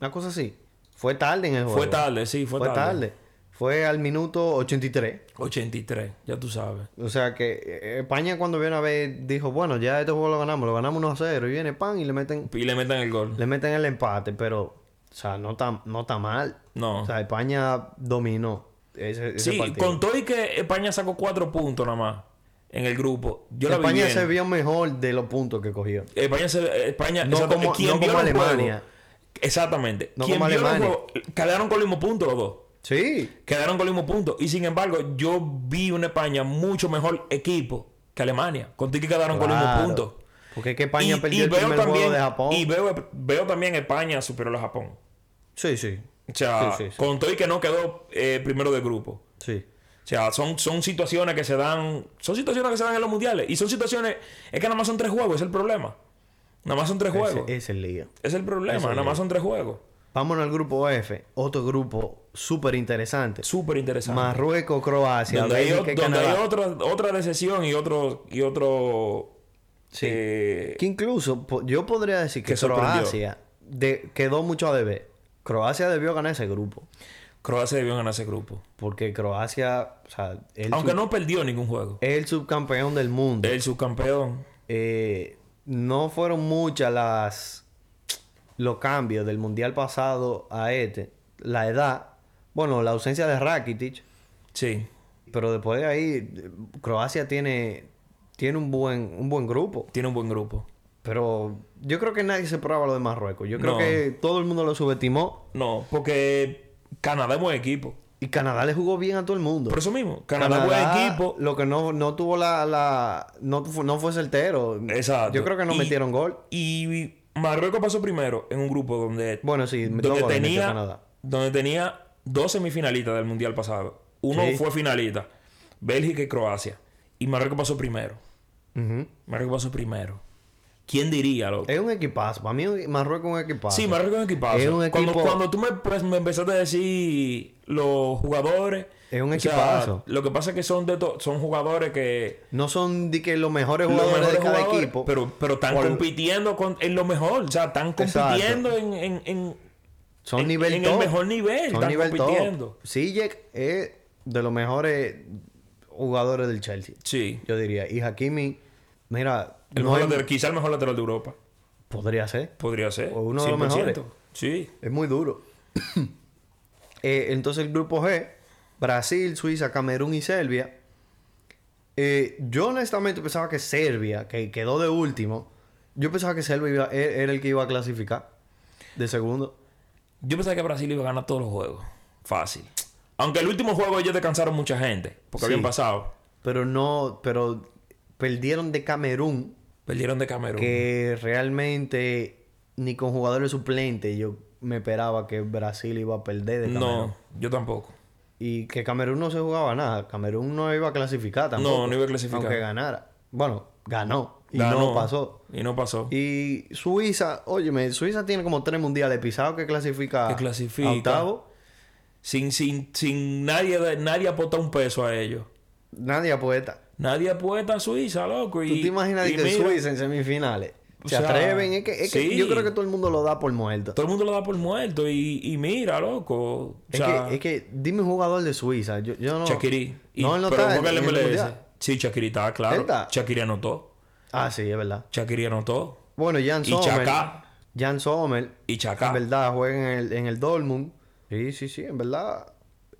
[SPEAKER 1] Una cosa así. Fue tarde en el juego.
[SPEAKER 2] Fue tarde, sí, fue,
[SPEAKER 1] Fue tarde.
[SPEAKER 2] tarde.
[SPEAKER 1] Fue al minuto 83.
[SPEAKER 2] 83, ya tú sabes.
[SPEAKER 1] O sea que eh, España cuando viene a ver dijo, bueno, ya este juego lo ganamos, lo ganamos 1 a 0 y viene pan y le meten
[SPEAKER 2] Y le meten el gol.
[SPEAKER 1] le meten el empate, pero o sea, no está no está mal.
[SPEAKER 2] No.
[SPEAKER 1] O sea, España dominó ese, ese
[SPEAKER 2] sí,
[SPEAKER 1] partido.
[SPEAKER 2] contó y que España sacó cuatro puntos nada más en el grupo. Yo la vi
[SPEAKER 1] España
[SPEAKER 2] bien.
[SPEAKER 1] se vio mejor de los puntos que cogió.
[SPEAKER 2] España se- España,
[SPEAKER 1] No
[SPEAKER 2] exacto,
[SPEAKER 1] como-
[SPEAKER 2] quien
[SPEAKER 1] no
[SPEAKER 2] vio
[SPEAKER 1] como
[SPEAKER 2] el
[SPEAKER 1] Alemania.
[SPEAKER 2] juego- exactamente.
[SPEAKER 1] No
[SPEAKER 2] Quien
[SPEAKER 1] como
[SPEAKER 2] vio el
[SPEAKER 1] Alemania.
[SPEAKER 2] juego, quedaron con el mismo punto los dos.
[SPEAKER 1] Sí.
[SPEAKER 2] Quedaron con el mismo punto. Y sin embargo, yo vi una España mucho mejor equipo que Alemania. Conté que quedaron con el
[SPEAKER 1] claro.
[SPEAKER 2] mismo punto.
[SPEAKER 1] Porque es que España
[SPEAKER 2] Y-
[SPEAKER 1] perdió
[SPEAKER 2] y
[SPEAKER 1] el
[SPEAKER 2] veo
[SPEAKER 1] primer
[SPEAKER 2] también-
[SPEAKER 1] juego de Japón.
[SPEAKER 2] Y veo, veo también España superó a Japón.
[SPEAKER 1] Sí, sí.
[SPEAKER 2] O sea,
[SPEAKER 1] Sí, sí, sí.
[SPEAKER 2] contó y que no quedó eh, primero de grupo.
[SPEAKER 1] Sí.
[SPEAKER 2] O sea, son, son situaciones que se dan. Son situaciones que se dan en los mundiales. Y son situaciones. Es que nada más son tres juegos, es el problema. Nada más son tres
[SPEAKER 1] Ese,
[SPEAKER 2] juegos.
[SPEAKER 1] ese es el lío.
[SPEAKER 2] es el problema, nada más son tres juegos.
[SPEAKER 1] Vámonos al grupo F, otro grupo súper interesante.
[SPEAKER 2] Súper interesante.
[SPEAKER 1] Marruecos, Croacia,
[SPEAKER 2] donde hay,
[SPEAKER 1] Bélgica y
[SPEAKER 2] o- donde hay
[SPEAKER 1] Canadá.
[SPEAKER 2] otra, otra decisión y otro. Y otro
[SPEAKER 1] Sí.
[SPEAKER 2] eh,
[SPEAKER 1] Que incluso po- yo podría decir que,
[SPEAKER 2] Que sorprendió.
[SPEAKER 1] Croacia de- quedó mucho a deber. Croacia debió ganar ese grupo.
[SPEAKER 2] Croacia debió ganar ese grupo.
[SPEAKER 1] Porque Croacia, o sea, es el,
[SPEAKER 2] Aunque
[SPEAKER 1] sub-
[SPEAKER 2] no perdió ningún juego.
[SPEAKER 1] es el subcampeón del mundo.
[SPEAKER 2] El subcampeón.
[SPEAKER 1] Eh, no fueron muchas las los cambios del mundial pasado a este. La edad, bueno, la ausencia de Rakitic,
[SPEAKER 2] Sí.
[SPEAKER 1] pero después de ahí eh, Croacia tiene tiene un buen un buen grupo.
[SPEAKER 2] Tiene un buen grupo.
[SPEAKER 1] Pero yo creo que nadie se probaba lo de Marruecos. Yo creo
[SPEAKER 2] No.
[SPEAKER 1] que todo el mundo lo subestimó.
[SPEAKER 2] No, porque Canadá es buen equipo.
[SPEAKER 1] Y Canadá le jugó bien a todo el mundo.
[SPEAKER 2] Por eso mismo, Canadá, es buen equipo.
[SPEAKER 1] Lo que no, no tuvo la. la no, fu- no fue certero.
[SPEAKER 2] Exacto.
[SPEAKER 1] Yo creo que no
[SPEAKER 2] Y-
[SPEAKER 1] metieron gol.
[SPEAKER 2] Y Marruecos pasó primero en un grupo donde,
[SPEAKER 1] Bueno, sí, dos
[SPEAKER 2] donde,
[SPEAKER 1] goles metió
[SPEAKER 2] tenía,
[SPEAKER 1] Canadá.
[SPEAKER 2] donde tenía dos semifinalistas del Mundial pasado. Uno
[SPEAKER 1] Sí.
[SPEAKER 2] fue finalista, Bélgica y Croacia. Y Marruecos pasó primero.
[SPEAKER 1] Ujú.
[SPEAKER 2] Marruecos pasó primero. ¿Quién diría, loco?
[SPEAKER 1] Es un equipazo. Para mí, Marruecos es un equipazo.
[SPEAKER 2] Sí, Marruecos es un equipazo.
[SPEAKER 1] Es un
[SPEAKER 2] cuando,
[SPEAKER 1] equipo-
[SPEAKER 2] cuando tú me, pues, me empezaste a decir los jugadores...
[SPEAKER 1] Es un
[SPEAKER 2] o sea,
[SPEAKER 1] equipazo.
[SPEAKER 2] lo que pasa es que son, de to- son jugadores que...
[SPEAKER 1] No son de que los mejores
[SPEAKER 2] los
[SPEAKER 1] jugadores
[SPEAKER 2] mejores
[SPEAKER 1] de cada
[SPEAKER 2] jugadores,
[SPEAKER 1] equipo.
[SPEAKER 2] Pero, pero están
[SPEAKER 1] Por-
[SPEAKER 2] compitiendo con, en lo mejor. O sea, están
[SPEAKER 1] Exacto.
[SPEAKER 2] compitiendo en, en, en-
[SPEAKER 1] son
[SPEAKER 2] en-
[SPEAKER 1] nivel
[SPEAKER 2] en
[SPEAKER 1] top.
[SPEAKER 2] el mejor nivel.
[SPEAKER 1] Son
[SPEAKER 2] están
[SPEAKER 1] nivel
[SPEAKER 2] compitiendo.
[SPEAKER 1] top. Sijek es de los mejores jugadores del Chelsea.
[SPEAKER 2] Sí.
[SPEAKER 1] Yo diría. Y Hakimi, mira,
[SPEAKER 2] El
[SPEAKER 1] no
[SPEAKER 2] mejor
[SPEAKER 1] hay-
[SPEAKER 2] lateral- quizá el mejor lateral de Europa.
[SPEAKER 1] podría ser.
[SPEAKER 2] Podría ser.
[SPEAKER 1] O uno de los
[SPEAKER 2] 100%.
[SPEAKER 1] mejores.
[SPEAKER 2] Sí.
[SPEAKER 1] Es muy duro. Eh, entonces el grupo G, Brasil, Suiza, Camerún y Serbia. Eh, yo honestamente pensaba que Serbia, que quedó de último, yo pensaba que Serbia iba- e- era el que iba a clasificar de segundo.
[SPEAKER 2] Yo pensaba que Brasil iba a ganar todos los juegos. Fácil. Aunque el último juego ellos descansaron mucha gente. Porque
[SPEAKER 1] Sí.
[SPEAKER 2] habían pasado.
[SPEAKER 1] Pero no, pero perdieron de Camerún,
[SPEAKER 2] Perdieron de Camerún.
[SPEAKER 1] que realmente ni con jugadores suplentes yo me esperaba que Brasil iba a perder de Camerún.
[SPEAKER 2] No, yo tampoco.
[SPEAKER 1] Y que Camerún no se jugaba nada. Camerún no iba a clasificar tampoco.
[SPEAKER 2] No, no iba a clasificar.
[SPEAKER 1] Aunque ganara. Bueno, ganó. Y
[SPEAKER 2] Ganó,
[SPEAKER 1] no pasó.
[SPEAKER 2] Y no pasó.
[SPEAKER 1] Y Suiza, óyeme, Suiza tiene como tres mundiales pisados que clasifica,
[SPEAKER 2] Que clasifica.
[SPEAKER 1] a octavo.
[SPEAKER 2] Sin, sin, sin nadie, nadie aporta un peso a ellos.
[SPEAKER 1] Nadie apuesta.
[SPEAKER 2] Nadie apuesta a Suiza, loco.
[SPEAKER 1] ¿Tú
[SPEAKER 2] Y,
[SPEAKER 1] te imaginas
[SPEAKER 2] y
[SPEAKER 1] que
[SPEAKER 2] mira,
[SPEAKER 1] Suiza en semifinales?
[SPEAKER 2] O
[SPEAKER 1] Se
[SPEAKER 2] sea,
[SPEAKER 1] atreven. Es que, es que
[SPEAKER 2] sí.
[SPEAKER 1] yo creo que todo el mundo lo da por muerto.
[SPEAKER 2] Todo el mundo lo da por muerto. Y, y mira, loco. O
[SPEAKER 1] Es,
[SPEAKER 2] sea,
[SPEAKER 1] que, es que dime un jugador de Suiza. Yo, yo no...
[SPEAKER 2] Shakiri. Y-
[SPEAKER 1] no, él no
[SPEAKER 2] pero
[SPEAKER 1] está
[SPEAKER 2] juega
[SPEAKER 1] en- en
[SPEAKER 2] el
[SPEAKER 1] el
[SPEAKER 2] MLS.
[SPEAKER 1] Mundial.
[SPEAKER 2] Sí, Shakiri está,
[SPEAKER 1] ¿Él
[SPEAKER 2] claro.
[SPEAKER 1] está?
[SPEAKER 2] Shakiri anotó.
[SPEAKER 1] Ah, sí, es verdad.
[SPEAKER 2] Shakiri anotó.
[SPEAKER 1] Bueno, Jan
[SPEAKER 2] Y
[SPEAKER 1] Sommer.
[SPEAKER 2] Chaka.
[SPEAKER 1] Jan Sommer.
[SPEAKER 2] Y Chaka.
[SPEAKER 1] En verdad, juega en el, en el Dortmund. Ah. Sí, sí, sí, en verdad.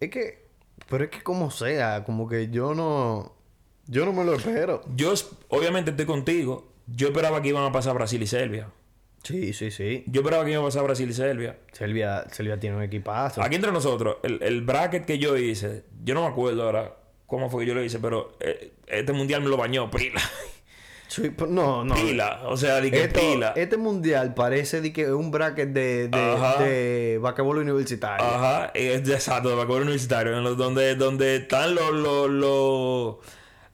[SPEAKER 1] Es que. Pero es que como sea, como que yo no. Yo no me lo espero.
[SPEAKER 2] Yo, es- obviamente, estoy contigo. Yo esperaba que iban a pasar Brasil y Serbia.
[SPEAKER 1] Sí, sí, sí.
[SPEAKER 2] Yo esperaba que iban a pasar Brasil y Serbia.
[SPEAKER 1] Serbia, Serbia tiene un equipazo.
[SPEAKER 2] Aquí entre nosotros, el, el bracket que yo hice, yo no me acuerdo ahora cómo fue que yo lo hice, pero eh, este mundial me lo bañó, pila.
[SPEAKER 1] Sí, pero no, no.
[SPEAKER 2] Pila. O sea, de que
[SPEAKER 1] Esto-
[SPEAKER 2] pila.
[SPEAKER 1] Este mundial parece de que es un bracket de,
[SPEAKER 2] Ajá.
[SPEAKER 1] de, de basquetbol universitario.
[SPEAKER 2] Ajá, es exacto, de vacuno universitario, en los- donde, donde están los, los, los,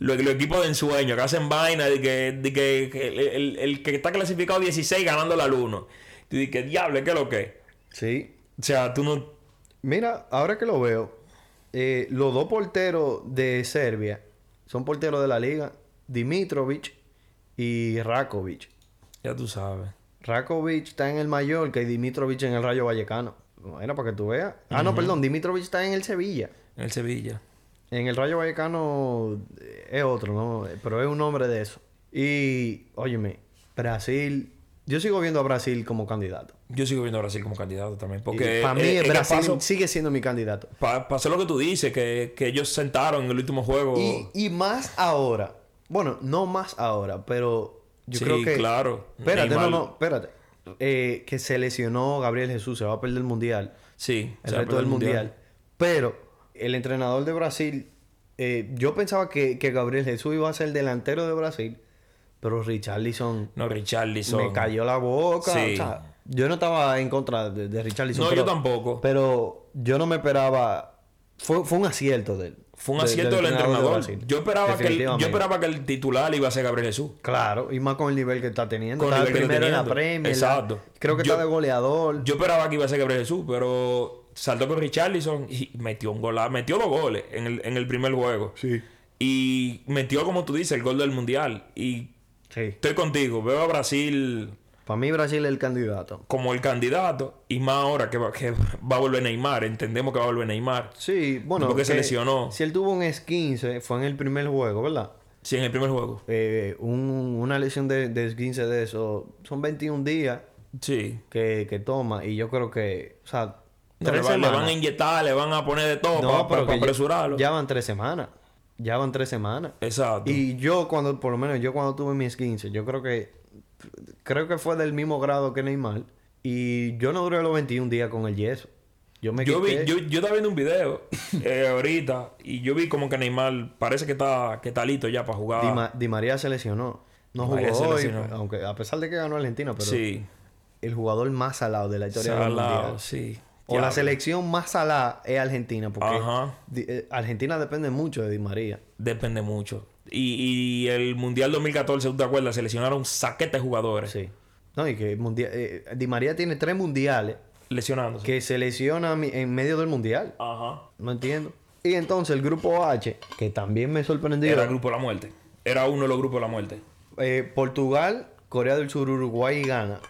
[SPEAKER 2] los- los equipos de ensueño, que hacen vaina, de que, de que, que el, el- el que está clasificado 16 ganando al 1. Y de que diable, ¿qué es lo que? es?".
[SPEAKER 1] Sí.
[SPEAKER 2] O sea, tú no.
[SPEAKER 1] Mira, ahora que lo veo, eh, los dos porteros de Serbia son porteros de la liga, Dimitrovic y Rakovic.
[SPEAKER 2] Ya tú sabes.
[SPEAKER 1] Rakovic está en el Mallorca y Dimitrovic en el Rayo Vallecano. Bueno, para que tú veas. Ah, no, perdón, Dimitrovic está en el Sevilla.
[SPEAKER 2] En el Sevilla.
[SPEAKER 1] En el Rayo Vallecano eh, es otro, ¿no? Eh, Pero es un nombre de eso. Y, óyeme, Brasil, yo sigo viendo a Brasil como candidato.
[SPEAKER 2] Yo sigo viendo a Brasil como candidato también. Porque.
[SPEAKER 1] para mí,
[SPEAKER 2] eh, eh, que
[SPEAKER 1] Brasil
[SPEAKER 2] pasó-
[SPEAKER 1] sigue siendo mi candidato.
[SPEAKER 2] pa- pasó lo que tú dices, que, que ellos sentaron en el último juego.
[SPEAKER 1] Y, y más ahora. Bueno, no más ahora, pero yo
[SPEAKER 2] Sí,
[SPEAKER 1] creo que.
[SPEAKER 2] claro.
[SPEAKER 1] Espérate, no,
[SPEAKER 2] Neymar-
[SPEAKER 1] no, espérate. Eh, que se lesionó Gabriel Jesús, se va a perder el mundial.
[SPEAKER 2] Sí,
[SPEAKER 1] El
[SPEAKER 2] se va a
[SPEAKER 1] resto
[SPEAKER 2] perder
[SPEAKER 1] del
[SPEAKER 2] el
[SPEAKER 1] mundial. Pero el entrenador de Brasil. eh, yo pensaba que, que Gabriel Jesús iba a ser delantero de Brasil, pero Richarlison
[SPEAKER 2] No, Richarlison.
[SPEAKER 1] me cayó la boca.
[SPEAKER 2] Sí.
[SPEAKER 1] O sea, yo no estaba en contra de, de Richarlison.
[SPEAKER 2] No,
[SPEAKER 1] pero-
[SPEAKER 2] yo tampoco.
[SPEAKER 1] Pero yo no me esperaba. Fue, fue un acierto de él.
[SPEAKER 2] Fue un
[SPEAKER 1] de-
[SPEAKER 2] acierto del entrenador.
[SPEAKER 1] Brasil.
[SPEAKER 2] yo, esperaba que el, yo
[SPEAKER 1] Definitivamente.
[SPEAKER 2] esperaba que el titular iba a ser Gabriel Jesús.
[SPEAKER 1] Claro, y más con el nivel que está teniendo.
[SPEAKER 2] Con el
[SPEAKER 1] está
[SPEAKER 2] nivel que
[SPEAKER 1] primero
[SPEAKER 2] está
[SPEAKER 1] en la
[SPEAKER 2] teniendo.
[SPEAKER 1] Premier. la-
[SPEAKER 2] Exacto.
[SPEAKER 1] Creo que
[SPEAKER 2] Yo-
[SPEAKER 1] está de goleador.
[SPEAKER 2] Yo esperaba que iba a ser Gabriel Jesús, pero saltó con Richarlison y metió un gol. Metió dos goles en el, en el primer juego.
[SPEAKER 1] Sí.
[SPEAKER 2] Y metió, como tú dices, el gol del Mundial. Y
[SPEAKER 1] Sí.
[SPEAKER 2] estoy contigo. Veo a Brasil
[SPEAKER 1] Para mí Brasil es el candidato.
[SPEAKER 2] como el candidato. Y más ahora que va, que va a volver Neymar. Entendemos que va a volver Neymar.
[SPEAKER 1] Sí, bueno.
[SPEAKER 2] Porque se
[SPEAKER 1] que-
[SPEAKER 2] lesionó.
[SPEAKER 1] Si él tuvo un S15, fue en el primer juego, ¿verdad?
[SPEAKER 2] Sí, en el primer juego.
[SPEAKER 1] Eh, un- una lesión de, de S15 de eso. Son 21 días
[SPEAKER 2] Sí.
[SPEAKER 1] que, que toma. Y yo creo que. O sea,
[SPEAKER 2] No, le,
[SPEAKER 1] tres
[SPEAKER 2] van- le van
[SPEAKER 1] semanas.
[SPEAKER 2] a inyectar, le van a poner de todo
[SPEAKER 1] No,
[SPEAKER 2] para,
[SPEAKER 1] pero que ya-
[SPEAKER 2] apresurarlo.
[SPEAKER 1] Ya van tres semanas. Ya van tres semanas.
[SPEAKER 2] Exacto.
[SPEAKER 1] Y yo cuando, por lo menos yo cuando tuve mis 15, yo creo que creo que fue del mismo grado que Neymar. Y yo no duré los 21 días con el yeso. Yo me
[SPEAKER 2] Yo, vi,
[SPEAKER 1] quité.
[SPEAKER 2] yo, yo estaba viendo un video eh, ahorita y yo vi como que Neymar parece que está, que está listo ya para jugar.
[SPEAKER 1] Di, Ma- Di María se lesionó. No
[SPEAKER 2] Ah. Di
[SPEAKER 1] jugó
[SPEAKER 2] María se
[SPEAKER 1] hoy,
[SPEAKER 2] lesionó.
[SPEAKER 1] aunque a pesar de que ganó Argentina, pero
[SPEAKER 2] sí,
[SPEAKER 1] el jugador más salado de la historia del
[SPEAKER 2] salado,
[SPEAKER 1] mundial.
[SPEAKER 2] sí.
[SPEAKER 1] O la
[SPEAKER 2] Diablo.
[SPEAKER 1] selección más salada es Argentina, porque
[SPEAKER 2] Ajá.
[SPEAKER 1] Di- eh, Argentina depende mucho de Di María.
[SPEAKER 2] Depende mucho. Y, y el Mundial 2014, ¿tú te acuerdas? Seleccionaron saquete de jugadores
[SPEAKER 1] Sí. No, y que mundia- eh, Di María tiene tres mundiales
[SPEAKER 2] lesionándose.
[SPEAKER 1] que se lesiona mi- en medio del mundial.
[SPEAKER 2] Ajá.
[SPEAKER 1] No entiendo. Y entonces el grupo H, que también me sorprendió,
[SPEAKER 2] Era el grupo de la muerte. Era uno de los grupos de la muerte.
[SPEAKER 1] eh, Portugal, Corea del Sur, Uruguay y Ghana.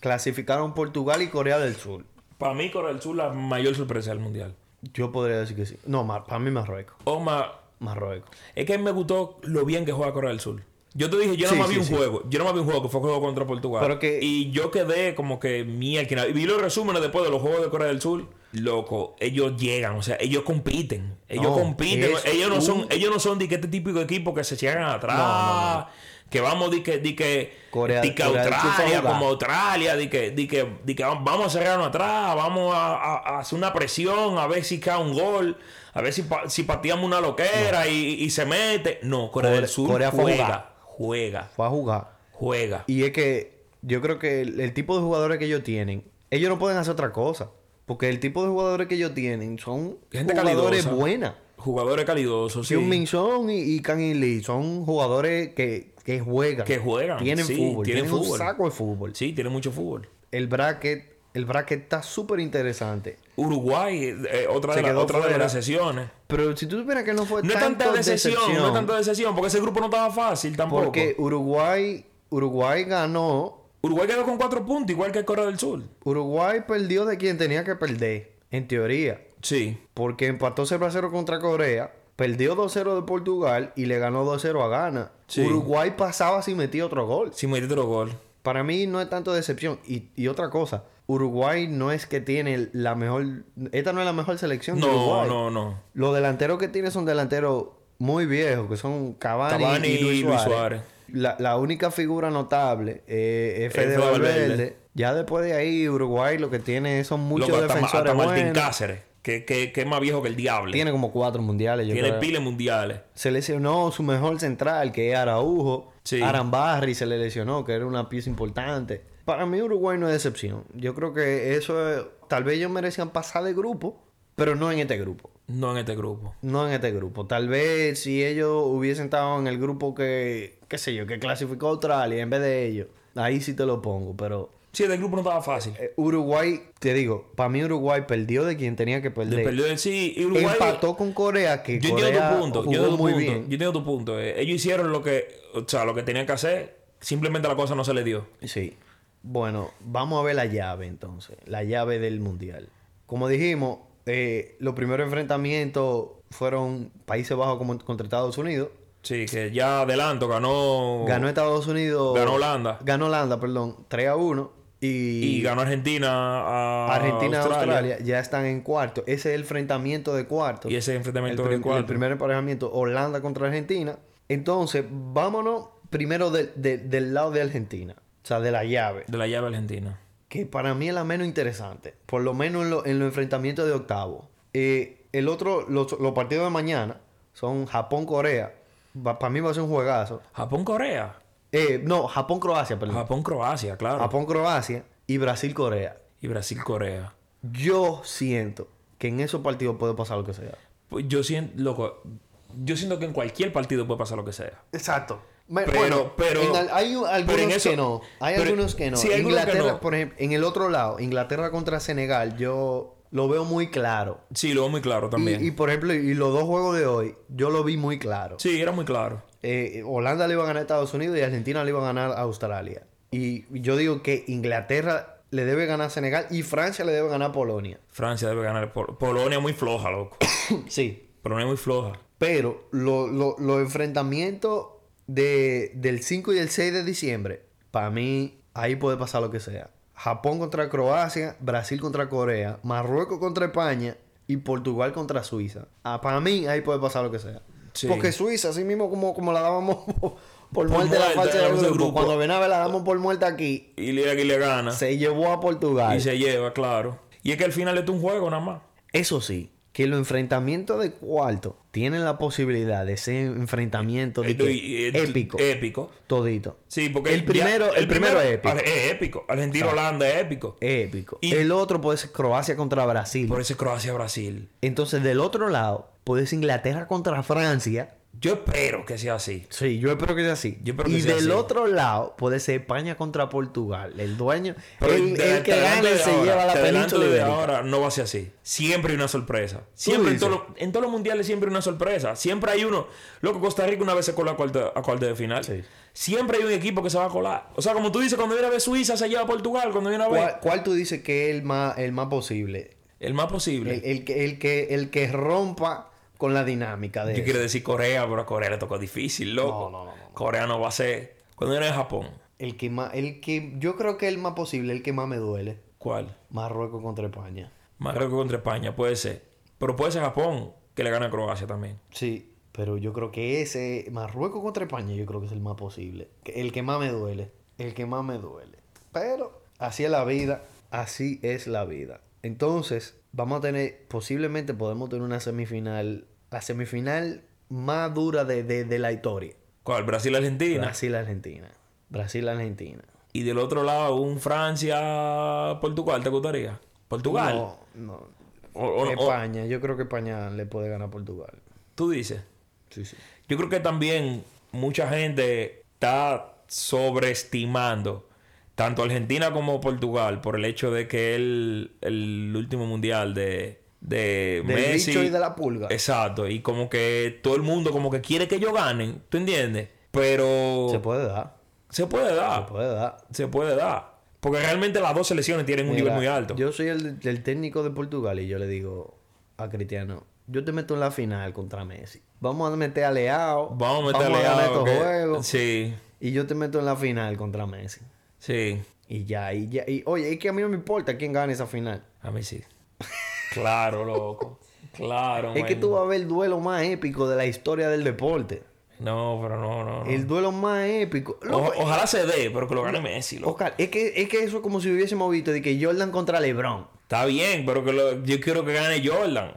[SPEAKER 1] Clasificaron Portugal y Corea del Sur.
[SPEAKER 2] Para mí, Corea del Sur, la mayor sorpresa del Mundial.
[SPEAKER 1] Yo podría decir que sí. No, para mí Marruecos.
[SPEAKER 2] Oma,
[SPEAKER 1] Marruecos.
[SPEAKER 2] es que me gustó lo bien que juega Corea del Sur. Yo te dije, yo no
[SPEAKER 1] Sí,
[SPEAKER 2] más vi
[SPEAKER 1] sí,
[SPEAKER 2] un
[SPEAKER 1] sí.
[SPEAKER 2] juego. Yo no más vi un juego que fue el juego contra Portugal.
[SPEAKER 1] Pero que-
[SPEAKER 2] Y yo quedé como que mierda. Y vi los resúmenes después de los juegos de Corea del Sur. Loco, ellos llegan, o sea, ellos compiten. Ellos
[SPEAKER 1] No,
[SPEAKER 2] compiten.
[SPEAKER 1] es
[SPEAKER 2] Ellos no son,
[SPEAKER 1] un-
[SPEAKER 2] ellos no son de que este típico equipo que se llegan atrás.
[SPEAKER 1] No,
[SPEAKER 2] Que vamos de que, di que,
[SPEAKER 1] Corea-
[SPEAKER 2] di que
[SPEAKER 1] Corea del Sur fue a
[SPEAKER 2] Australia,
[SPEAKER 1] jugar.
[SPEAKER 2] como Australia, de que, di que, di que vamos a cerrarnos atrás, vamos a, a- a hacer una presión, a ver si cae un gol, a ver si, pa- si pateamos una loquera y, y se mete. No, Corea
[SPEAKER 1] Core-
[SPEAKER 2] del Sur
[SPEAKER 1] Corea fue a
[SPEAKER 2] juega,
[SPEAKER 1] jugar.
[SPEAKER 2] juega,
[SPEAKER 1] Fue a jugar.
[SPEAKER 2] juega.
[SPEAKER 1] Y es que yo creo que el, el tipo de jugadores que ellos tienen, ellos no pueden hacer otra cosa. Porque el tipo de jugadores que ellos tienen son
[SPEAKER 2] Gente
[SPEAKER 1] jugadores
[SPEAKER 2] calidosa.
[SPEAKER 1] buenas.
[SPEAKER 2] Jugadores calidosos, sí.
[SPEAKER 1] Hyun Min Son y, y Kang In Lee son jugadores que, que juegan.
[SPEAKER 2] Que juegan,
[SPEAKER 1] Tienen
[SPEAKER 2] sí,
[SPEAKER 1] fútbol.
[SPEAKER 2] tienen
[SPEAKER 1] Tienen,
[SPEAKER 2] fútbol.
[SPEAKER 1] un saco de fútbol.
[SPEAKER 2] Sí, tiene mucho fútbol.
[SPEAKER 1] El bracket, el bracket está súper interesante.
[SPEAKER 2] Uruguay, eh, otra,
[SPEAKER 1] Se
[SPEAKER 2] de, la-
[SPEAKER 1] quedó
[SPEAKER 2] otra de las
[SPEAKER 1] fuera.
[SPEAKER 2] recesiones.
[SPEAKER 1] Pero si tú supieras que no fue
[SPEAKER 2] No es tanta
[SPEAKER 1] tanto
[SPEAKER 2] decepción, no es tanta decepción, porque ese grupo no estaba fácil tampoco.
[SPEAKER 1] porque Uruguay, Uruguay ganó
[SPEAKER 2] Uruguay quedó con cuatro puntos, igual que Corea del Sur.
[SPEAKER 1] Uruguay perdió de quien tenía que perder, en teoría,
[SPEAKER 2] Sí.
[SPEAKER 1] porque empató 0 a 0 contra Corea, perdió 2-0 de Portugal y le ganó 2-0 a Ghana.
[SPEAKER 2] Sí.
[SPEAKER 1] Uruguay pasaba si metía otro gol.
[SPEAKER 2] Si metió otro gol.
[SPEAKER 1] Para mí no es tanto decepción. Y, y otra cosa, Uruguay no es que tiene la mejor... Esta no es la mejor selección de
[SPEAKER 2] No,
[SPEAKER 1] Uruguay.
[SPEAKER 2] no, no.
[SPEAKER 1] Los delanteros que tiene son delanteros muy viejos, que son Cavani,
[SPEAKER 2] Cavani
[SPEAKER 1] y Luis
[SPEAKER 2] y Luis
[SPEAKER 1] Suárez.
[SPEAKER 2] Suárez.
[SPEAKER 1] La, la única figura notable eh, es Fede
[SPEAKER 2] Fede Valverde.
[SPEAKER 1] Valverde. Ya después de ahí, Uruguay lo que tiene son muchos
[SPEAKER 2] Loco, hasta, Ma-
[SPEAKER 1] defensores
[SPEAKER 2] hasta Martín
[SPEAKER 1] buenos.
[SPEAKER 2] Cáceres, que, que- que es más viejo que el diablo. Tiene,
[SPEAKER 1] Tiene como cuatro mundiales, yo creo.
[SPEAKER 2] piles mundiales.
[SPEAKER 1] Se lesionó su mejor central, que es Araujo.
[SPEAKER 2] Sí.
[SPEAKER 1] Arambarri se le lesionó, que era una pieza importante. Para mí Uruguay no es decepción. Yo creo que eso es... Tal vez ellos merecían pasar de grupo, pero no en este grupo.
[SPEAKER 2] No en este grupo.
[SPEAKER 1] No en este grupo. Tal vez si ellos hubiesen estado en el grupo que, qué sé yo, que clasificó a Australia en vez de ellos, ahí sí te lo pongo. Pero
[SPEAKER 2] Sí, este grupo no estaba fácil.
[SPEAKER 1] eh, Uruguay, te digo, para mí Uruguay perdió de quien tenía que perder.
[SPEAKER 2] Le perdió en sí. y Uruguay,
[SPEAKER 1] Empató con Corea, que
[SPEAKER 2] Yo entiendo
[SPEAKER 1] Corea
[SPEAKER 2] tu punto. Yo
[SPEAKER 1] jugó
[SPEAKER 2] entiendo tu
[SPEAKER 1] muy
[SPEAKER 2] punto.
[SPEAKER 1] bien.
[SPEAKER 2] Yo entiendo tu punto. eh. Ellos hicieron lo que, o sea, lo que tenían que hacer. Simplemente la cosa no se les dio.
[SPEAKER 1] Sí. Bueno, vamos a ver la llave entonces, la llave del mundial. Como dijimos, eh, los primeros enfrentamientos fueron Países Bajos como- contra Estados Unidos.
[SPEAKER 2] Sí, que ya adelanto, ganó.
[SPEAKER 1] Ganó Estados Unidos.
[SPEAKER 2] Ganó Holanda.
[SPEAKER 1] Ganó Holanda, perdón, 3 a 1. Y,
[SPEAKER 2] Y ganó Argentina a
[SPEAKER 1] Argentina
[SPEAKER 2] Australia.
[SPEAKER 1] Australia. ya están en cuarto. Ese es el enfrentamiento de cuarto.
[SPEAKER 2] Y ese enfrentamiento
[SPEAKER 1] el,
[SPEAKER 2] de
[SPEAKER 1] prim-
[SPEAKER 2] cuarto.
[SPEAKER 1] El primer emparejamiento, Holanda contra Argentina. Entonces, vámonos primero del- de- del lado de Argentina. O sea, de la llave.
[SPEAKER 2] De la llave argentina.
[SPEAKER 1] Que para mí es la menos interesante. Por lo menos en, lo- en los enfrentamientos de octavo. Eh, el otro, los, los partidos de mañana son Japón-Corea. Para mí va a ser un juegazo.
[SPEAKER 2] Japón-Corea.
[SPEAKER 1] Eh, no, Japón-Croacia, perdón.
[SPEAKER 2] Japón-Croacia, claro.
[SPEAKER 1] Japón-Croacia y Brasil-Corea.
[SPEAKER 2] Y Brasil-Corea.
[SPEAKER 1] Yo siento que en esos partidos puede pasar lo que sea.
[SPEAKER 2] Pues yo siento, loco, yo siento que en cualquier partido puede pasar lo que sea.
[SPEAKER 1] Exacto.
[SPEAKER 2] Pero- pero-
[SPEAKER 1] en al- hay u-
[SPEAKER 2] pero
[SPEAKER 1] algunos
[SPEAKER 2] en eso-
[SPEAKER 1] que no. Hay
[SPEAKER 2] pero-
[SPEAKER 1] algunos que no.
[SPEAKER 2] sí, hay algunos que
[SPEAKER 1] Inglaterra,
[SPEAKER 2] no.
[SPEAKER 1] por ejemplo, en el otro lado, Inglaterra contra Senegal, yo lo veo muy claro.
[SPEAKER 2] Sí, lo veo muy claro
[SPEAKER 1] Y,
[SPEAKER 2] también.
[SPEAKER 1] y, por ejemplo, y los dos juegos de hoy, yo lo vi muy claro.
[SPEAKER 2] Sí, era muy claro.
[SPEAKER 1] Eh, Holanda le iba a ganar a Estados Unidos y Argentina le iba a ganar a Australia. Y yo digo que Inglaterra le debe ganar a Senegal y Francia le debe ganar a Polonia.
[SPEAKER 2] Francia debe ganar. Pol- Polonia muy floja, loco.
[SPEAKER 1] Sí,
[SPEAKER 2] Polonia muy floja.
[SPEAKER 1] Pero lo- lo- los enfrentamientos de, del 5 y el 6 de diciembre, para mí, ahí puede pasar lo que sea. Japón contra Croacia, Brasil contra Corea, Ah, Marruecos contra España y Portugal contra Suiza. para mí, ahí puede pasar lo que sea.
[SPEAKER 2] Sí.
[SPEAKER 1] Porque Suiza, así mismo como, como la dábamos por, muerte la
[SPEAKER 2] muerta,
[SPEAKER 1] fase del
[SPEAKER 2] éramos el
[SPEAKER 1] grupo.
[SPEAKER 2] grupo.
[SPEAKER 1] Cuando ven a ver, la damos por muerta aquí.
[SPEAKER 2] Y le, y le gana.
[SPEAKER 1] Se llevó a Portugal.
[SPEAKER 2] Y se lleva, claro. Y es que al final es un juego nada más.
[SPEAKER 1] Eso sí, que los enfrentamientos de cuarto tienen la posibilidad de ser enfrentamientos de
[SPEAKER 2] Esto-
[SPEAKER 1] que
[SPEAKER 2] Eh, y- eh, y-
[SPEAKER 1] épico.
[SPEAKER 2] Épico.
[SPEAKER 1] todito.
[SPEAKER 2] Sí, porque
[SPEAKER 1] El
[SPEAKER 2] ya-
[SPEAKER 1] primero- el primero es épico.
[SPEAKER 2] Ar- Es épico. Argentina-Holanda es épico.
[SPEAKER 1] Épico.
[SPEAKER 2] Y-
[SPEAKER 1] el otro puede ser Croacia contra Brasil.
[SPEAKER 2] Por eso es Croacia-Brasil.
[SPEAKER 1] Entonces, del otro lado, puede ser Inglaterra contra Francia.
[SPEAKER 2] Yo espero que sea así.
[SPEAKER 1] Sí, yo espero que sea así.
[SPEAKER 2] Yo espero que
[SPEAKER 1] y
[SPEAKER 2] sea
[SPEAKER 1] del
[SPEAKER 2] así.
[SPEAKER 1] otro lado puede ser España contra Portugal. El dueño,
[SPEAKER 2] Pero
[SPEAKER 1] el,
[SPEAKER 2] te-
[SPEAKER 1] el que
[SPEAKER 2] te adelanto
[SPEAKER 1] gane
[SPEAKER 2] de
[SPEAKER 1] se
[SPEAKER 2] ahora,
[SPEAKER 1] lleva la
[SPEAKER 2] te adelanto
[SPEAKER 1] península
[SPEAKER 2] de
[SPEAKER 1] ibérica.
[SPEAKER 2] ahora no va a ser así. Siempre hay una sorpresa. Siempre en,
[SPEAKER 1] dices?
[SPEAKER 2] todo lo- en todos los mundiales siempre hay una sorpresa. Siempre hay uno. Loco, Costa Rica una vez se coló a cuarto, a cuarto de final.
[SPEAKER 1] Sí.
[SPEAKER 2] Siempre hay un equipo que se va a colar. O sea, como tú dices, cuando viene a ver Suiza se lleva a Portugal. Cuando viene a ver...
[SPEAKER 1] ¿Cuál, cuál tú dices que es el más, el más posible?
[SPEAKER 2] El más posible.
[SPEAKER 1] El, el que, el, que, el que rompa con la dinámica de
[SPEAKER 2] Yo
[SPEAKER 1] eso.
[SPEAKER 2] quiero decir Corea, pero a Corea le tocó difícil, loco.
[SPEAKER 1] eh. No, no, no,
[SPEAKER 2] Corea no va a ser. Cuando viene a Japón,
[SPEAKER 1] El que más, el que yo creo que el más posible, el que más me duele,
[SPEAKER 2] ¿cuál?
[SPEAKER 1] Marruecos contra España.
[SPEAKER 2] Marruecos contra España, puede ser. Pero puede ser Japón, que le gana a Croacia también.
[SPEAKER 1] Sí, pero yo creo que ese Marruecos contra España yo creo que es el más posible, Que- el que más me duele, el que más me duele. Pero así es la vida, así es la vida. Entonces, vamos a tener posiblemente podemos tener una semifinal, la semifinal más dura de, de- de la historia.
[SPEAKER 2] ¿Cuál? Brasil-Argentina.
[SPEAKER 1] Brasil Argentina. Brasil Argentina.
[SPEAKER 2] Y del otro lado, un Francia-Portugal, ¿te gustaría? ¿Portugal?
[SPEAKER 1] No, Eh, no.
[SPEAKER 2] O- o- o-
[SPEAKER 1] España, yo creo que España le puede ganar a Portugal.
[SPEAKER 2] tú dices.
[SPEAKER 1] Sí, sí.
[SPEAKER 2] Yo creo que también mucha gente está sobreestimando tanto Argentina como Portugal por el hecho de que el, el último mundial de, de
[SPEAKER 1] Del
[SPEAKER 2] Messi...
[SPEAKER 1] bicho y de la pulga.
[SPEAKER 2] Exacto, y como que todo el mundo como que quiere que ellos ganen, ¿tú entiendes? Pero
[SPEAKER 1] Se puede dar.
[SPEAKER 2] se puede
[SPEAKER 1] Se
[SPEAKER 2] dar,
[SPEAKER 1] puede dar.
[SPEAKER 2] se puede dar. Porque realmente las dos selecciones tienen un nivel
[SPEAKER 1] Mira,
[SPEAKER 2] muy alto.
[SPEAKER 1] Yo soy el, el técnico de Portugal y yo le digo a Cristiano, yo te meto en la final contra Messi. Vamos a meter a Leao.
[SPEAKER 2] Vamos a meterle
[SPEAKER 1] ganar
[SPEAKER 2] algo
[SPEAKER 1] estos
[SPEAKER 2] que-
[SPEAKER 1] juegos.
[SPEAKER 2] Sí,
[SPEAKER 1] Y yo te meto en la final contra Messi.
[SPEAKER 2] sí.
[SPEAKER 1] Y ya, y ya. Y oye, es que a mí no me importa quién gane esa final.
[SPEAKER 2] A mí sí. Claro, loco. Claro,
[SPEAKER 1] Es que
[SPEAKER 2] man.
[SPEAKER 1] tú vas a ver el duelo más épico de la historia del deporte.
[SPEAKER 2] No, pero no, no. no.
[SPEAKER 1] El duelo más épico. Loco,
[SPEAKER 2] O- ojalá se dé, pero que lo gane Messi. loco.
[SPEAKER 1] Oscar, es que, es que eso es como si hubiésemos visto de que Jordan contra LeBron.
[SPEAKER 2] Está bien, pero que lo- yo quiero que gane Jordan.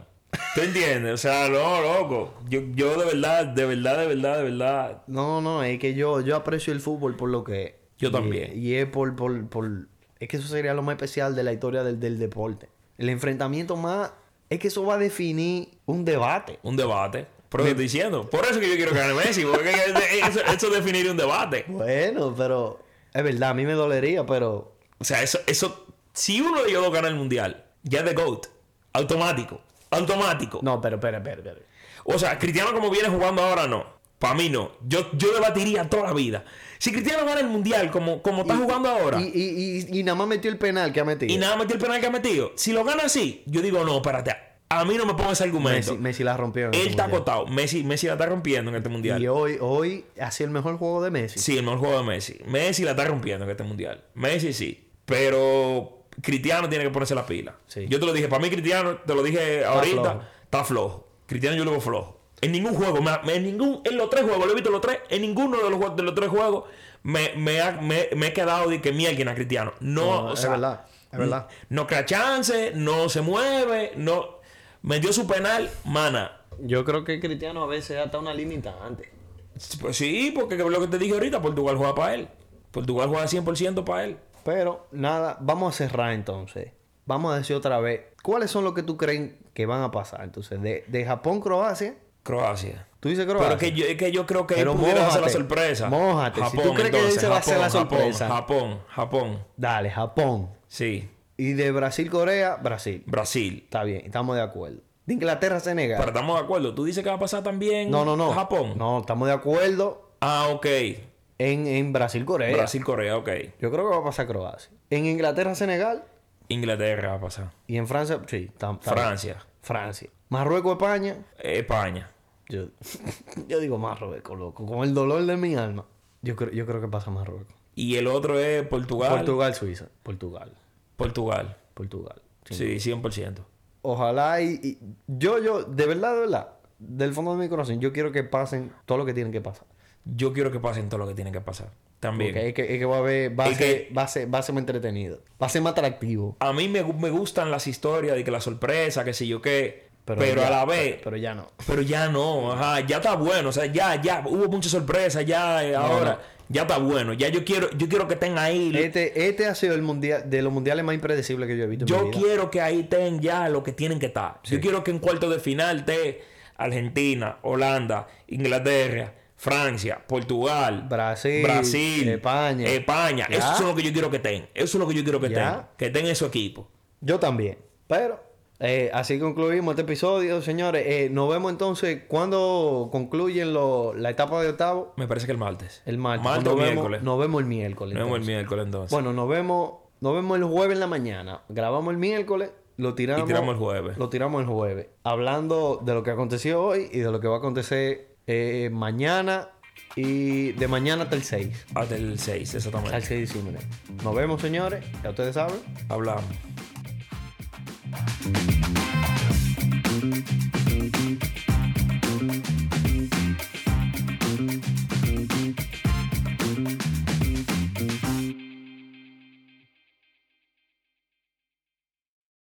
[SPEAKER 2] ¿Tú entiendes? O sea, no, loco. Yo, yo de verdad, de verdad, de verdad, de verdad.
[SPEAKER 1] No, no, es que yo, yo aprecio el fútbol por lo que es.
[SPEAKER 2] Yo
[SPEAKER 1] Y-
[SPEAKER 2] también.
[SPEAKER 1] Y, es por, por, por- Es que eso sería lo más especial de la historia del, del deporte. El enfrentamiento más... Es que eso va a definir un debate.
[SPEAKER 2] Un debate. Por eso estoy diciendo. Por eso que yo quiero que gane Messi. Porque eso, eso definiría un debate.
[SPEAKER 1] Bueno, pero... Es verdad, a mí me dolería, pero...
[SPEAKER 2] O sea, eso, eso. Si uno de ellos dos gana el mundial, ya es de GOAT. Automático. Automático.
[SPEAKER 1] No, pero, espera, espera, espera.
[SPEAKER 2] O sea, Cristiano como viene jugando ahora, no. Para mí no. Yo, yo debatiría toda la vida. Si Cristiano gana el mundial como, como está jugando ahora
[SPEAKER 1] Y,
[SPEAKER 2] y,
[SPEAKER 1] y, y, y nada más metió el penal que ha metido.
[SPEAKER 2] nada más que el penal que ha metido, si lo gana así, yo digo, no, espérate. A mí no me pongo ese argumento.
[SPEAKER 1] Messi, Messi la rompió. en
[SPEAKER 2] Él
[SPEAKER 1] ese
[SPEAKER 2] está
[SPEAKER 1] mundial.
[SPEAKER 2] acotado. Messi, Messi la está rompiendo en este mundial.
[SPEAKER 1] Y hoy, hoy, hace el mejor juego de Messi.
[SPEAKER 2] Sí, el mejor juego de Messi. Messi la está rompiendo en este mundial. Messi sí. Pero Cristiano tiene que ponerse la pila.
[SPEAKER 1] Sí.
[SPEAKER 2] Yo te lo dije, para mí Cristiano, te lo dije ahorita,
[SPEAKER 1] flojo.
[SPEAKER 2] está flojo. Cristiano yo lo veo flojo. En ningún juego, me- en ningún, en los tres juegos, lo he visto en los tres, en ninguno de los, jue- de los tres juegos me, me, ha- me- me he quedado de que mierda a Cristiano. No,
[SPEAKER 1] No,
[SPEAKER 2] o
[SPEAKER 1] es
[SPEAKER 2] sea,
[SPEAKER 1] verdad, es verdad.
[SPEAKER 2] No crea chance, no se mueve, no. Me dio su penal, mana.
[SPEAKER 1] Yo creo que Cristiano a veces hasta una limitante.
[SPEAKER 2] Pues sí, porque lo que te dije ahorita, Portugal juega para él. Portugal juega 100% para él.
[SPEAKER 1] Pero nada, vamos a cerrar entonces. Vamos a decir otra vez, ¿cuáles son los que tú creen que van a pasar? Entonces, de, de Japón, Croacia,
[SPEAKER 2] Croacia.
[SPEAKER 1] tú dices
[SPEAKER 2] Pero
[SPEAKER 1] Croacia.
[SPEAKER 2] que yo, es que yo creo que
[SPEAKER 1] Pero
[SPEAKER 2] él pudiera hacer la
[SPEAKER 1] mójate,
[SPEAKER 2] sorpresa.
[SPEAKER 1] mójate. Si tú crees que él se va a hacer la sorpresa.
[SPEAKER 2] Japón, Japón.
[SPEAKER 1] Dale, Japón.
[SPEAKER 2] Sí.
[SPEAKER 1] Y de Brasil, Corea, Brasil.
[SPEAKER 2] Brasil.
[SPEAKER 1] Está bien, estamos de acuerdo. De Inglaterra, Senegal.
[SPEAKER 2] Pero estamos de acuerdo. ¿Tú dices que va a pasar también
[SPEAKER 1] no, no, no.
[SPEAKER 2] Japón?
[SPEAKER 1] No, Eh. estamos de acuerdo
[SPEAKER 2] Ah, ok.
[SPEAKER 1] en, en Brasil, Corea.
[SPEAKER 2] Brasil, Corea, ok.
[SPEAKER 1] Yo creo que va a pasar Croacia. En Inglaterra, Senegal.
[SPEAKER 2] Inglaterra va a pasar.
[SPEAKER 1] Y en Francia, sí, tam- tam-
[SPEAKER 2] Francia.
[SPEAKER 1] Francia. Marruecos, España.
[SPEAKER 2] España.
[SPEAKER 1] Yo, yo digo Marruecos, loco. Con el dolor de mi alma. Yo creo, yo creo que pasa Marruecos.
[SPEAKER 2] Y el otro es Portugal.
[SPEAKER 1] Portugal, Suiza. Portugal.
[SPEAKER 2] Portugal.
[SPEAKER 1] Portugal.
[SPEAKER 2] Sí, 100%.
[SPEAKER 1] Ojalá y, y- Yo, yo, de verdad, de verdad. del fondo de mi corazón, yo quiero que pasen todo lo que tienen que pasar.
[SPEAKER 2] Yo quiero que pasen todo lo que tiene que pasar. También.
[SPEAKER 1] Porque es que, es que va a haber, va a,
[SPEAKER 2] Es
[SPEAKER 1] ser,
[SPEAKER 2] que-
[SPEAKER 1] va, a ser, va a ser más entretenido. Va a ser más atractivo.
[SPEAKER 2] A mí me, gu- me gustan las historias de que la sorpresa, que sé yo qué. Pero,
[SPEAKER 1] ya-
[SPEAKER 2] a la vez.
[SPEAKER 1] Pero, pero ya no.
[SPEAKER 2] Pero ya no, ajá, ya está bueno, o sea, ya, ya, hubo mucha sorpresa, ya, eh, ahora, ya está bueno, ya yo quiero, yo quiero que estén ahí,
[SPEAKER 1] Este, este ha sido el mundial de los mundiales más impredecibles que yo he visto. en mi
[SPEAKER 2] yo
[SPEAKER 1] vida.
[SPEAKER 2] quiero que ahí estén ya lo que tienen que estar, yo quiero que en cuarto de final esté Argentina, Holanda, Inglaterra, Francia, Portugal,
[SPEAKER 1] Brasil,
[SPEAKER 2] Brasil,
[SPEAKER 1] España.
[SPEAKER 2] España,
[SPEAKER 1] Ya.
[SPEAKER 2] eso es lo que yo quiero que estén, eso es lo que yo quiero que
[SPEAKER 1] Ya.
[SPEAKER 2] estén, que estén esos equipos.
[SPEAKER 1] Yo también. Pero eh, así concluimos este episodio, señores. Eh, nos vemos entonces cuando concluyen lo- la etapa de octavo.
[SPEAKER 2] Me parece que el martes.
[SPEAKER 1] El martes.
[SPEAKER 2] Martes
[SPEAKER 1] Nos
[SPEAKER 2] o
[SPEAKER 1] vemos-
[SPEAKER 2] miércoles.
[SPEAKER 1] Nos vemos el miércoles.
[SPEAKER 2] Nos vemos el
[SPEAKER 1] entonces.
[SPEAKER 2] miércoles entonces.
[SPEAKER 1] Bueno, nos vemos, nos vemos el jueves en la mañana. Grabamos el miércoles, lo tiramos.
[SPEAKER 2] Y tiramos el jueves.
[SPEAKER 1] Lo tiramos el jueves. Hablando de lo que aconteció hoy y de lo que va a acontecer eh, mañana y de mañana hasta el 6.
[SPEAKER 2] Hasta el 6, Ah, exactamente.
[SPEAKER 1] Al 6 de diciembre. Nos vemos, señores. Ya ustedes saben.
[SPEAKER 2] Hablamos.